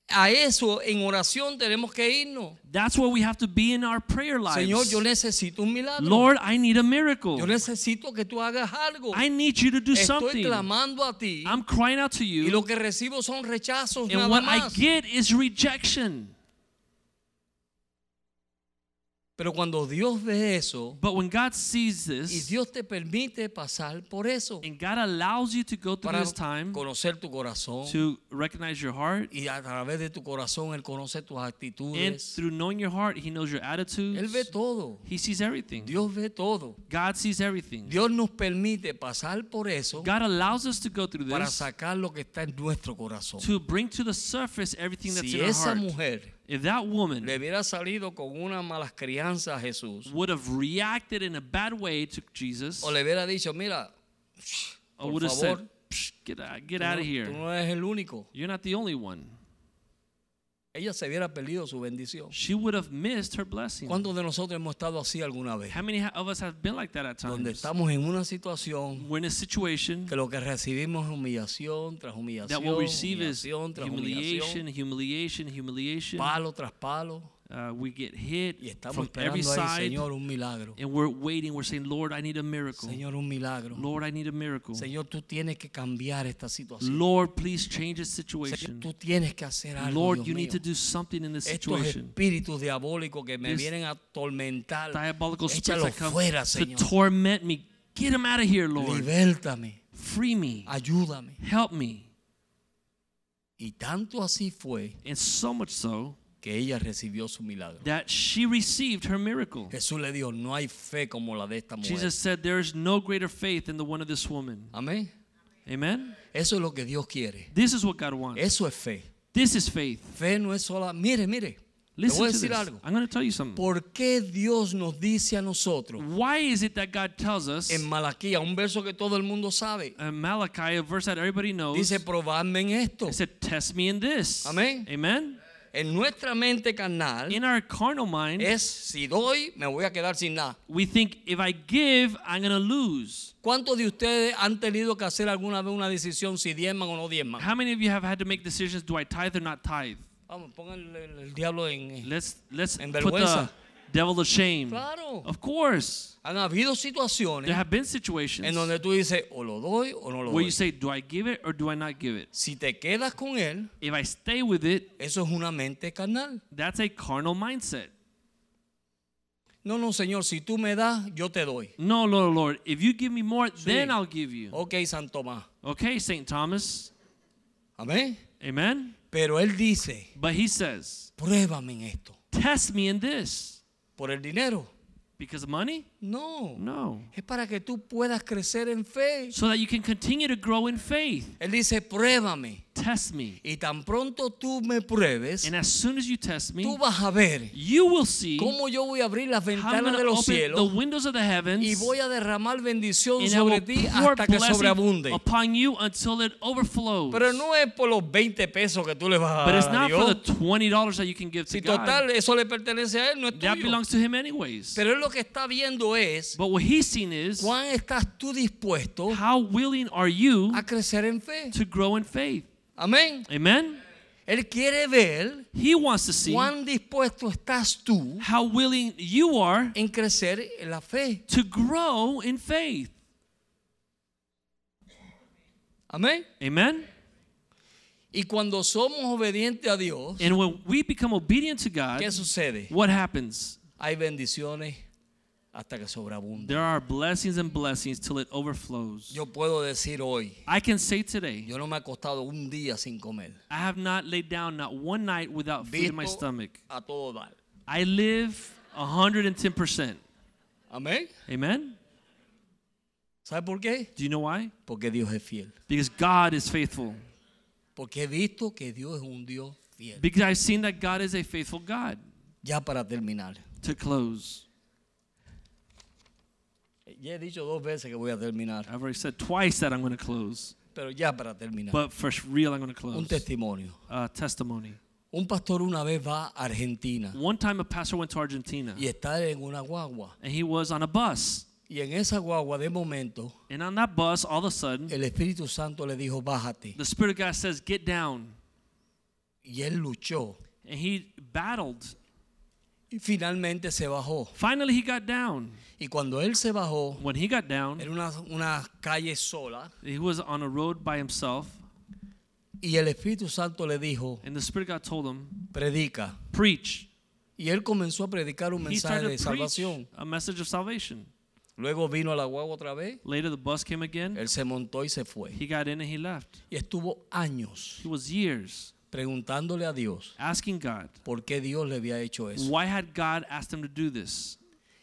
Speaker 3: A eso en oración tenemos que irnos.
Speaker 4: That's where we have to be in our prayer
Speaker 3: Señor,
Speaker 4: lives.
Speaker 3: yo necesito un milagro.
Speaker 4: Lord, I need a miracle.
Speaker 3: yo necesito que tú hagas algo.
Speaker 4: I need you to do
Speaker 3: Estoy
Speaker 4: something.
Speaker 3: clamando a ti
Speaker 4: I'm crying out to
Speaker 3: y
Speaker 4: you,
Speaker 3: lo que recibo son rechazos
Speaker 4: and
Speaker 3: nada
Speaker 4: what I
Speaker 3: más.
Speaker 4: get is rejection.
Speaker 3: Pero cuando Dios ve eso
Speaker 4: But when God sees
Speaker 3: y
Speaker 4: this,
Speaker 3: Dios te permite pasar por eso
Speaker 4: and God allows you to go through
Speaker 3: para
Speaker 4: this time
Speaker 3: conocer tu corazón
Speaker 4: to recognize your heart,
Speaker 3: y a través de tu corazón él conoce tus
Speaker 4: and
Speaker 3: actitudes.
Speaker 4: through knowing your heart, He knows your
Speaker 3: Él ve
Speaker 4: attitudes.
Speaker 3: todo.
Speaker 4: He sees everything.
Speaker 3: Dios ve todo.
Speaker 4: God sees everything.
Speaker 3: Dios nos permite pasar por eso
Speaker 4: God allows us to go through
Speaker 3: para
Speaker 4: this
Speaker 3: sacar lo que está en nuestro corazón.
Speaker 4: to bring to the surface everything that's
Speaker 3: Si
Speaker 4: in our
Speaker 3: esa
Speaker 4: heart.
Speaker 3: mujer
Speaker 4: If that woman
Speaker 3: le hubiera salido con una malas crianza a Jesús
Speaker 4: would have reacted in a bad way to Jesus,
Speaker 3: o le hubiera dicho, mira, por
Speaker 4: or would have
Speaker 3: favor,
Speaker 4: said, "Psh, "Get out, get
Speaker 3: tú
Speaker 4: out
Speaker 3: no,
Speaker 4: of
Speaker 3: tú
Speaker 4: here.
Speaker 3: no eres el único.
Speaker 4: You're not the only one."
Speaker 3: Ella se hubiera perdido su bendición.
Speaker 4: She would have missed her blessing.
Speaker 3: ¿Cuántos de nosotros hemos estado así alguna vez?
Speaker 4: How many ha- of us have been like that at
Speaker 3: Donde
Speaker 4: times?
Speaker 3: estamos en una situación
Speaker 4: We're in a situation
Speaker 3: que lo que recibimos es humillación tras humillación,
Speaker 4: that what we receive is
Speaker 3: humillación tras humillación,
Speaker 4: humiliation, humiliation, humiliation.
Speaker 3: palo tras palo,
Speaker 4: Uh, we get hit
Speaker 3: y estamos
Speaker 4: from every
Speaker 3: esperando al
Speaker 4: side,
Speaker 3: Señor un milagro.
Speaker 4: and we're waiting. We're saying, "Lord, I need a miracle.
Speaker 3: Señor, un milagro.
Speaker 4: Lord, I need a miracle.
Speaker 3: Señor, tú tienes que cambiar esta situación.
Speaker 4: Lord, please change this
Speaker 3: Señor,
Speaker 4: situation.
Speaker 3: tú tienes que hacer algo.
Speaker 4: Lord,
Speaker 3: Dios
Speaker 4: you
Speaker 3: mío.
Speaker 4: need to do something in this
Speaker 3: Estos
Speaker 4: situation."
Speaker 3: espíritus diabólicos que me
Speaker 4: This
Speaker 3: vienen a atormentar,
Speaker 4: diabolical spirits
Speaker 3: échalos
Speaker 4: that come
Speaker 3: fuera,
Speaker 4: to
Speaker 3: Señor.
Speaker 4: torment me. Get them out of here, Lord.
Speaker 3: Libértame,
Speaker 4: Free me.
Speaker 3: ayúdame.
Speaker 4: Help me.
Speaker 3: Y tanto así fue
Speaker 4: And so much so
Speaker 3: que ella recibió su milagro.
Speaker 4: that she received her miracle.
Speaker 3: Jesús le dijo, no hay fe como la de esta mujer.
Speaker 4: Jesus said, There is no greater faith than the one of this woman.
Speaker 3: Amén.
Speaker 4: Amen?
Speaker 3: Eso es lo que Dios quiere.
Speaker 4: This is what God wants.
Speaker 3: Eso es fe.
Speaker 4: This is faith.
Speaker 3: Fe no es sola. Mire, mire. Le voy a
Speaker 4: Listen to
Speaker 3: decir
Speaker 4: this.
Speaker 3: algo.
Speaker 4: I'm going to tell you something.
Speaker 3: ¿Por qué Dios nos dice a nosotros
Speaker 4: Why is it that God tells us
Speaker 3: en Malaquía, un verso que todo el mundo sabe?
Speaker 4: in Malachi, a verse that everybody knows,
Speaker 3: Dice,
Speaker 4: it
Speaker 3: probadme en esto.
Speaker 4: said, Test me in this.
Speaker 3: Amén.
Speaker 4: Amen?
Speaker 3: En nuestra mente carnal,
Speaker 4: In our carnal mind,
Speaker 3: es si doy, me voy a quedar sin nada.
Speaker 4: we think if I give, I'm going to lose.
Speaker 3: ¿Cuántos de ustedes han tenido que hacer alguna vez una decisión si diezman o no diezman?
Speaker 4: How many of you have had to make decisions? Do I tithe or not tithe?
Speaker 3: Vamos, pongan el, el diablo en...
Speaker 4: Let's let's
Speaker 3: En
Speaker 4: put the
Speaker 3: vergüenza.
Speaker 4: devil to shame.
Speaker 3: Claro.
Speaker 4: Of course,
Speaker 3: Han habido situaciones
Speaker 4: there have been situations
Speaker 3: en donde tú dices, o lo doy o no lo
Speaker 4: where
Speaker 3: doy.
Speaker 4: you say, "Do I give it or do I not give it?"
Speaker 3: Si te quedas con él,
Speaker 4: If I stay with it,
Speaker 3: eso es una mente carnal.
Speaker 4: that's a carnal mindset.
Speaker 3: No, no, Señor, si tú me das, yo te doy.
Speaker 4: No, Lord, Lord, if you give me more, then
Speaker 3: Sí. Oh.
Speaker 4: I'll give you.
Speaker 3: Ok, San Tomás.
Speaker 4: Okay, Saint Thomas.
Speaker 3: Amén.
Speaker 4: Amen.
Speaker 3: Pero él dice,
Speaker 4: But he says,
Speaker 3: pruébame en esto.
Speaker 4: "Test me in this
Speaker 3: ¿Por el dinero?
Speaker 4: because of money."
Speaker 3: No.
Speaker 4: No,
Speaker 3: Es para que tú puedas crecer en fe.
Speaker 4: so that you can continue to grow in faith.
Speaker 3: Él dice, pruébame.
Speaker 4: test me.
Speaker 3: Y tan pronto tú me pruebes,
Speaker 4: And as soon as you test
Speaker 3: tú
Speaker 4: me,
Speaker 3: vas a ver
Speaker 4: you will see
Speaker 3: cómo yo voy a abrir las
Speaker 4: how I'm
Speaker 3: ventanas
Speaker 4: going
Speaker 3: de
Speaker 4: to
Speaker 3: los
Speaker 4: open the
Speaker 3: cielos
Speaker 4: windows of the
Speaker 3: y
Speaker 4: heavens
Speaker 3: voy a derramar bendición
Speaker 4: and I
Speaker 3: sobre
Speaker 4: will
Speaker 3: ti
Speaker 4: pour
Speaker 3: hasta que
Speaker 4: blessing
Speaker 3: sobreabunde.
Speaker 4: upon you until it overflows.
Speaker 3: Pero no es por los 20 pesos que tú le vas a
Speaker 4: But it's
Speaker 3: dar a
Speaker 4: not for the
Speaker 3: Dios.
Speaker 4: $20 that you can give to
Speaker 3: Si
Speaker 4: God.
Speaker 3: total, eso le pertenece a Él, no es
Speaker 4: That
Speaker 3: tuyo.
Speaker 4: belongs to him anyways.
Speaker 3: Pero él lo que está viendo es
Speaker 4: But what he's seen is,
Speaker 3: cuán estás tú dispuesto
Speaker 4: how willing are you
Speaker 3: a crecer en fe.
Speaker 4: to grow in faith?
Speaker 3: Amén.
Speaker 4: Amen?
Speaker 3: Él quiere ver
Speaker 4: He wants to see
Speaker 3: cuán dispuesto estás tú
Speaker 4: how willing you are
Speaker 3: en crecer en la fe.
Speaker 4: to grow in faith.
Speaker 3: Amén.
Speaker 4: Amen?
Speaker 3: Y cuando somos obedientes a Dios,
Speaker 4: And when we become obedient to God,
Speaker 3: ¿qué sucede?
Speaker 4: what happens?
Speaker 3: Hay bendiciones hasta que sobreabundan.
Speaker 4: There are blessings and blessings till it overflows.
Speaker 3: Yo puedo decir hoy,
Speaker 4: I can say today,
Speaker 3: yo no me he acostado un día sin comer.
Speaker 4: I have not laid down not one night without food in my
Speaker 3: Visto
Speaker 4: stomach.
Speaker 3: a todo dar.
Speaker 4: I live 110%.
Speaker 3: Amén.
Speaker 4: Amen?
Speaker 3: ¿Sabe por qué?
Speaker 4: Do you know why?
Speaker 3: Porque Dios es fiel.
Speaker 4: Because God is faithful.
Speaker 3: Porque he visto que Dios es un Dios fiel.
Speaker 4: Because I've seen that God is a faithful God.
Speaker 3: Ya para terminar.
Speaker 4: To close,
Speaker 3: Ya he dicho dos veces que voy a terminar,
Speaker 4: I've already said twice that I'm going to close,
Speaker 3: pero ya para terminar.
Speaker 4: but for real, I'm going to
Speaker 3: Un
Speaker 4: close.
Speaker 3: testimonio.
Speaker 4: Uh, testimony.
Speaker 3: Un pastor una vez va a Argentina
Speaker 4: One time, a pastor went to Argentina,
Speaker 3: y está en una guagua.
Speaker 4: and he was on a bus,
Speaker 3: Y en esa guagua, de momento,
Speaker 4: and on that bus, all of a sudden,
Speaker 3: el Espíritu Santo le dijo, bájate.
Speaker 4: the Spirit of God says, "Get down,"
Speaker 3: Y él luchó.
Speaker 4: and he battled.
Speaker 3: Y finalmente se bajó.
Speaker 4: Finally, he got down.
Speaker 3: Y cuando él se bajó,
Speaker 4: When he got down,
Speaker 3: era una, una calle sola.
Speaker 4: he was on a road by himself,
Speaker 3: Y el Espíritu Santo le dijo,
Speaker 4: and the Spirit of God told him,
Speaker 3: predica.
Speaker 4: "Preach."
Speaker 3: Y él comenzó a predicar un
Speaker 4: He
Speaker 3: mensaje
Speaker 4: started
Speaker 3: de
Speaker 4: to preach
Speaker 3: salvación.
Speaker 4: a message of salvation.
Speaker 3: Luego vino a la guagua otra vez.
Speaker 4: Later, the bus came again.
Speaker 3: Él se montó y se fue.
Speaker 4: He got in and he left.
Speaker 3: Y estuvo años
Speaker 4: He was years
Speaker 3: preguntándole a Dios
Speaker 4: asking God,
Speaker 3: por qué Dios le había hecho eso.
Speaker 4: why had God asked him to do this?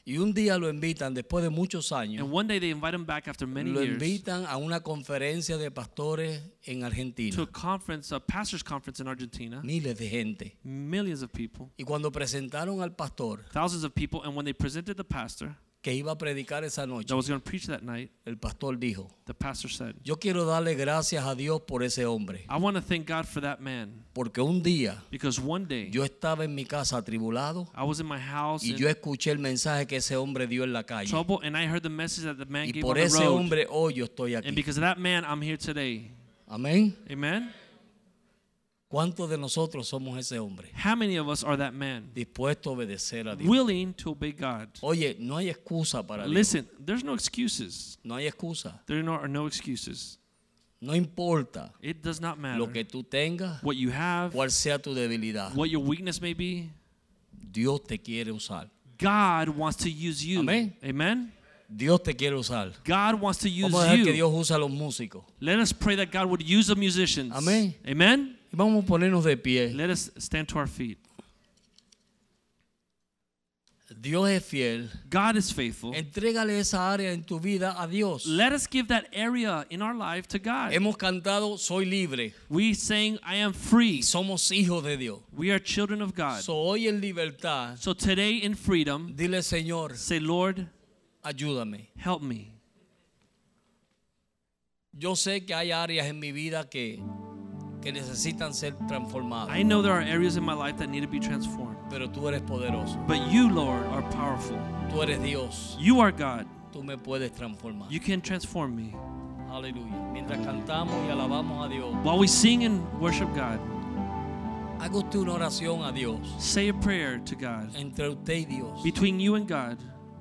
Speaker 3: Y un día lo invitan, después de muchos años,
Speaker 4: And one day they invite him back after many
Speaker 3: lo
Speaker 4: years
Speaker 3: invitan a una conferencia de pastores en
Speaker 4: to a
Speaker 3: Argentina.
Speaker 4: conference, a pastor's conference in Argentina.
Speaker 3: Miles de gente.
Speaker 4: Millions of people,
Speaker 3: Y cuando presentaron al pastor
Speaker 4: thousands of people. And when they presented the pastor
Speaker 3: que iba a predicar esa noche,
Speaker 4: that was going to preach that night,
Speaker 3: el pastor dijo,
Speaker 4: the pastor said,
Speaker 3: yo quiero darle gracias a Dios por ese hombre,
Speaker 4: I want to thank God for that man
Speaker 3: porque un día
Speaker 4: because one day
Speaker 3: yo estaba en mi casa atribulado
Speaker 4: I was in my house
Speaker 3: y
Speaker 4: in
Speaker 3: yo escuché el mensaje que ese hombre dio en la calle.
Speaker 4: trouble and I heard the message that the man
Speaker 3: Y
Speaker 4: gave on
Speaker 3: por
Speaker 4: the
Speaker 3: ese
Speaker 4: road.
Speaker 3: hombre hoy yo estoy
Speaker 4: And
Speaker 3: aquí.
Speaker 4: because of that man, I'm here today.
Speaker 3: Amén.
Speaker 4: Amen?
Speaker 3: ¿Cuántos de nosotros somos ese hombre?
Speaker 4: How many of us are that man?
Speaker 3: Dispuesto a obedecer a Dios.
Speaker 4: Willing to obey God.
Speaker 3: Oye, no hay excusa para Dios.
Speaker 4: Listen, there's no excuses.
Speaker 3: No hay excusa.
Speaker 4: There no- are no excuses.
Speaker 3: No importa
Speaker 4: It does not matter
Speaker 3: lo que tú tengas,
Speaker 4: what you have,
Speaker 3: cuál sea tu debilidad.
Speaker 4: what your weakness may be.
Speaker 3: Dios te quiere usar.
Speaker 4: God wants to use you.
Speaker 3: Amén.
Speaker 4: Amen.
Speaker 3: Dios te quiere usar.
Speaker 4: God wants to use
Speaker 3: Vamos a dejar que
Speaker 4: you.
Speaker 3: Dios usa a los músicos.
Speaker 4: Let us pray that God would use the musicians.
Speaker 3: Amén.
Speaker 4: Amen.
Speaker 3: Y vamos a ponernos de pie.
Speaker 4: Let us stand to our feet.
Speaker 3: Dios es fiel.
Speaker 4: God is faithful.
Speaker 3: Entrégale esa área en tu vida a Dios.
Speaker 4: Let us give that area in our life to God.
Speaker 3: Hemos cantado Soy libre
Speaker 4: We saying, I am free.
Speaker 3: y somos hijos de Dios.
Speaker 4: We are children of God.
Speaker 3: Soy en libertad.
Speaker 4: So today in freedom,
Speaker 3: Dile, Señor,
Speaker 4: say, Lord,
Speaker 3: ayúdame.
Speaker 4: help me.
Speaker 3: Yo sé que hay áreas en mi vida que, que necesitan ser transformadas,
Speaker 4: I know there are areas in my life that need to be transformed.
Speaker 3: pero tú eres poderoso.
Speaker 4: But you, Lord, are powerful.
Speaker 3: Tú eres Dios.
Speaker 4: You are God.
Speaker 3: Tú me puedes transformar.
Speaker 4: You can transform me.
Speaker 3: Aleluya. Mientras cantamos y alabamos a Dios,
Speaker 4: While we sing and worship God,
Speaker 3: haga usted una oración a Dios
Speaker 4: say a prayer to God
Speaker 3: entre usted y Dios.
Speaker 4: between you and God.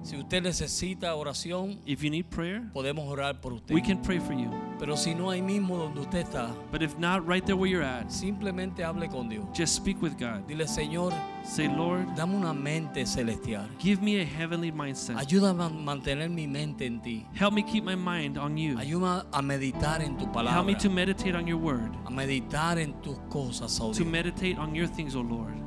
Speaker 3: Si usted necesita oración,
Speaker 4: If you need prayer,
Speaker 3: podemos orar por usted.
Speaker 4: we can pray for you.
Speaker 3: Pero si no ahí mismo donde usted está,
Speaker 4: But if not, right there where you're at,
Speaker 3: simplemente hable con Dios.
Speaker 4: just speak with God.
Speaker 3: Dile, Señor,
Speaker 4: Say, Lord,
Speaker 3: dame una mente celestial.
Speaker 4: give me a heavenly mindset.
Speaker 3: Ayúdame a mantener mi mente en ti.
Speaker 4: Help me keep my mind on you.
Speaker 3: Ayúdame a meditar en tu
Speaker 4: Help me
Speaker 3: palabra.
Speaker 4: to meditate on your word,
Speaker 3: A meditar en tus cosas, oh
Speaker 4: to
Speaker 3: Dios.
Speaker 4: meditate on your things, O Lord.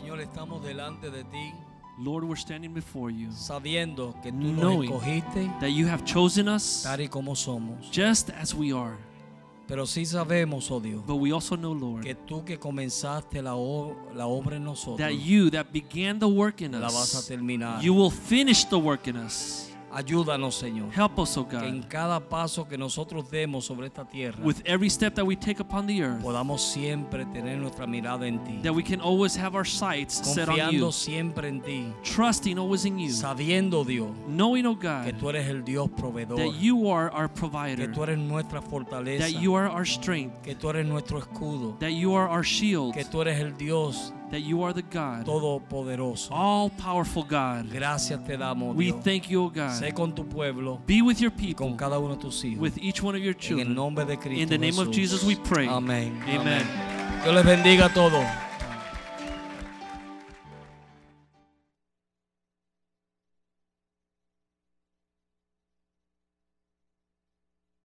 Speaker 3: Padre, estamos delante de ti
Speaker 4: Lord, we're standing before you,
Speaker 3: sabiendo que tú nos
Speaker 4: knowing
Speaker 3: escogiste
Speaker 4: that you have chosen us
Speaker 3: tal y como somos.
Speaker 4: just as we are.
Speaker 3: Pero sí sabemos, oh Dios,
Speaker 4: But we also know, Lord,
Speaker 3: que tú que comenzaste la, o- la obra en nosotros,
Speaker 4: that you that began the work in
Speaker 3: la vas a
Speaker 4: us,
Speaker 3: terminar.
Speaker 4: you will finish the work in us.
Speaker 3: Ayúdanos, Señor,
Speaker 4: Help us, O
Speaker 3: que en
Speaker 4: God,
Speaker 3: cada paso que nosotros demos sobre esta tierra,
Speaker 4: with every step that we take upon the earth,
Speaker 3: podamos siempre tener nuestra mirada en ti,
Speaker 4: that we can always have our sights set on
Speaker 3: confiando
Speaker 4: you,
Speaker 3: siempre en ti,
Speaker 4: trusting always in you,
Speaker 3: sabiendo, Dios,
Speaker 4: knowing, O
Speaker 3: que
Speaker 4: God,
Speaker 3: tú eres el Dios proveedor,
Speaker 4: that you are our
Speaker 3: que
Speaker 4: provider,
Speaker 3: tú eres nuestra fortaleza,
Speaker 4: that you are our strength,
Speaker 3: que tú eres nuestro escudo,
Speaker 4: that you are our shield,
Speaker 3: que tú eres el Dios
Speaker 4: that you are the God,
Speaker 3: todopoderoso.
Speaker 4: all powerful God.
Speaker 3: Gracias te damos,
Speaker 4: We
Speaker 3: Dios.
Speaker 4: thank you, O God.
Speaker 3: Sé con tu pueblo,
Speaker 4: Be with your
Speaker 3: y con
Speaker 4: people,
Speaker 3: cada uno de tus hijos.
Speaker 4: with each one of your
Speaker 3: En el
Speaker 4: children.
Speaker 3: nombre de Cristo.
Speaker 4: In the name of
Speaker 3: Jesús.
Speaker 4: Jesus we pray.
Speaker 3: Amén.
Speaker 4: Amen.
Speaker 3: Dios les bendiga a todos.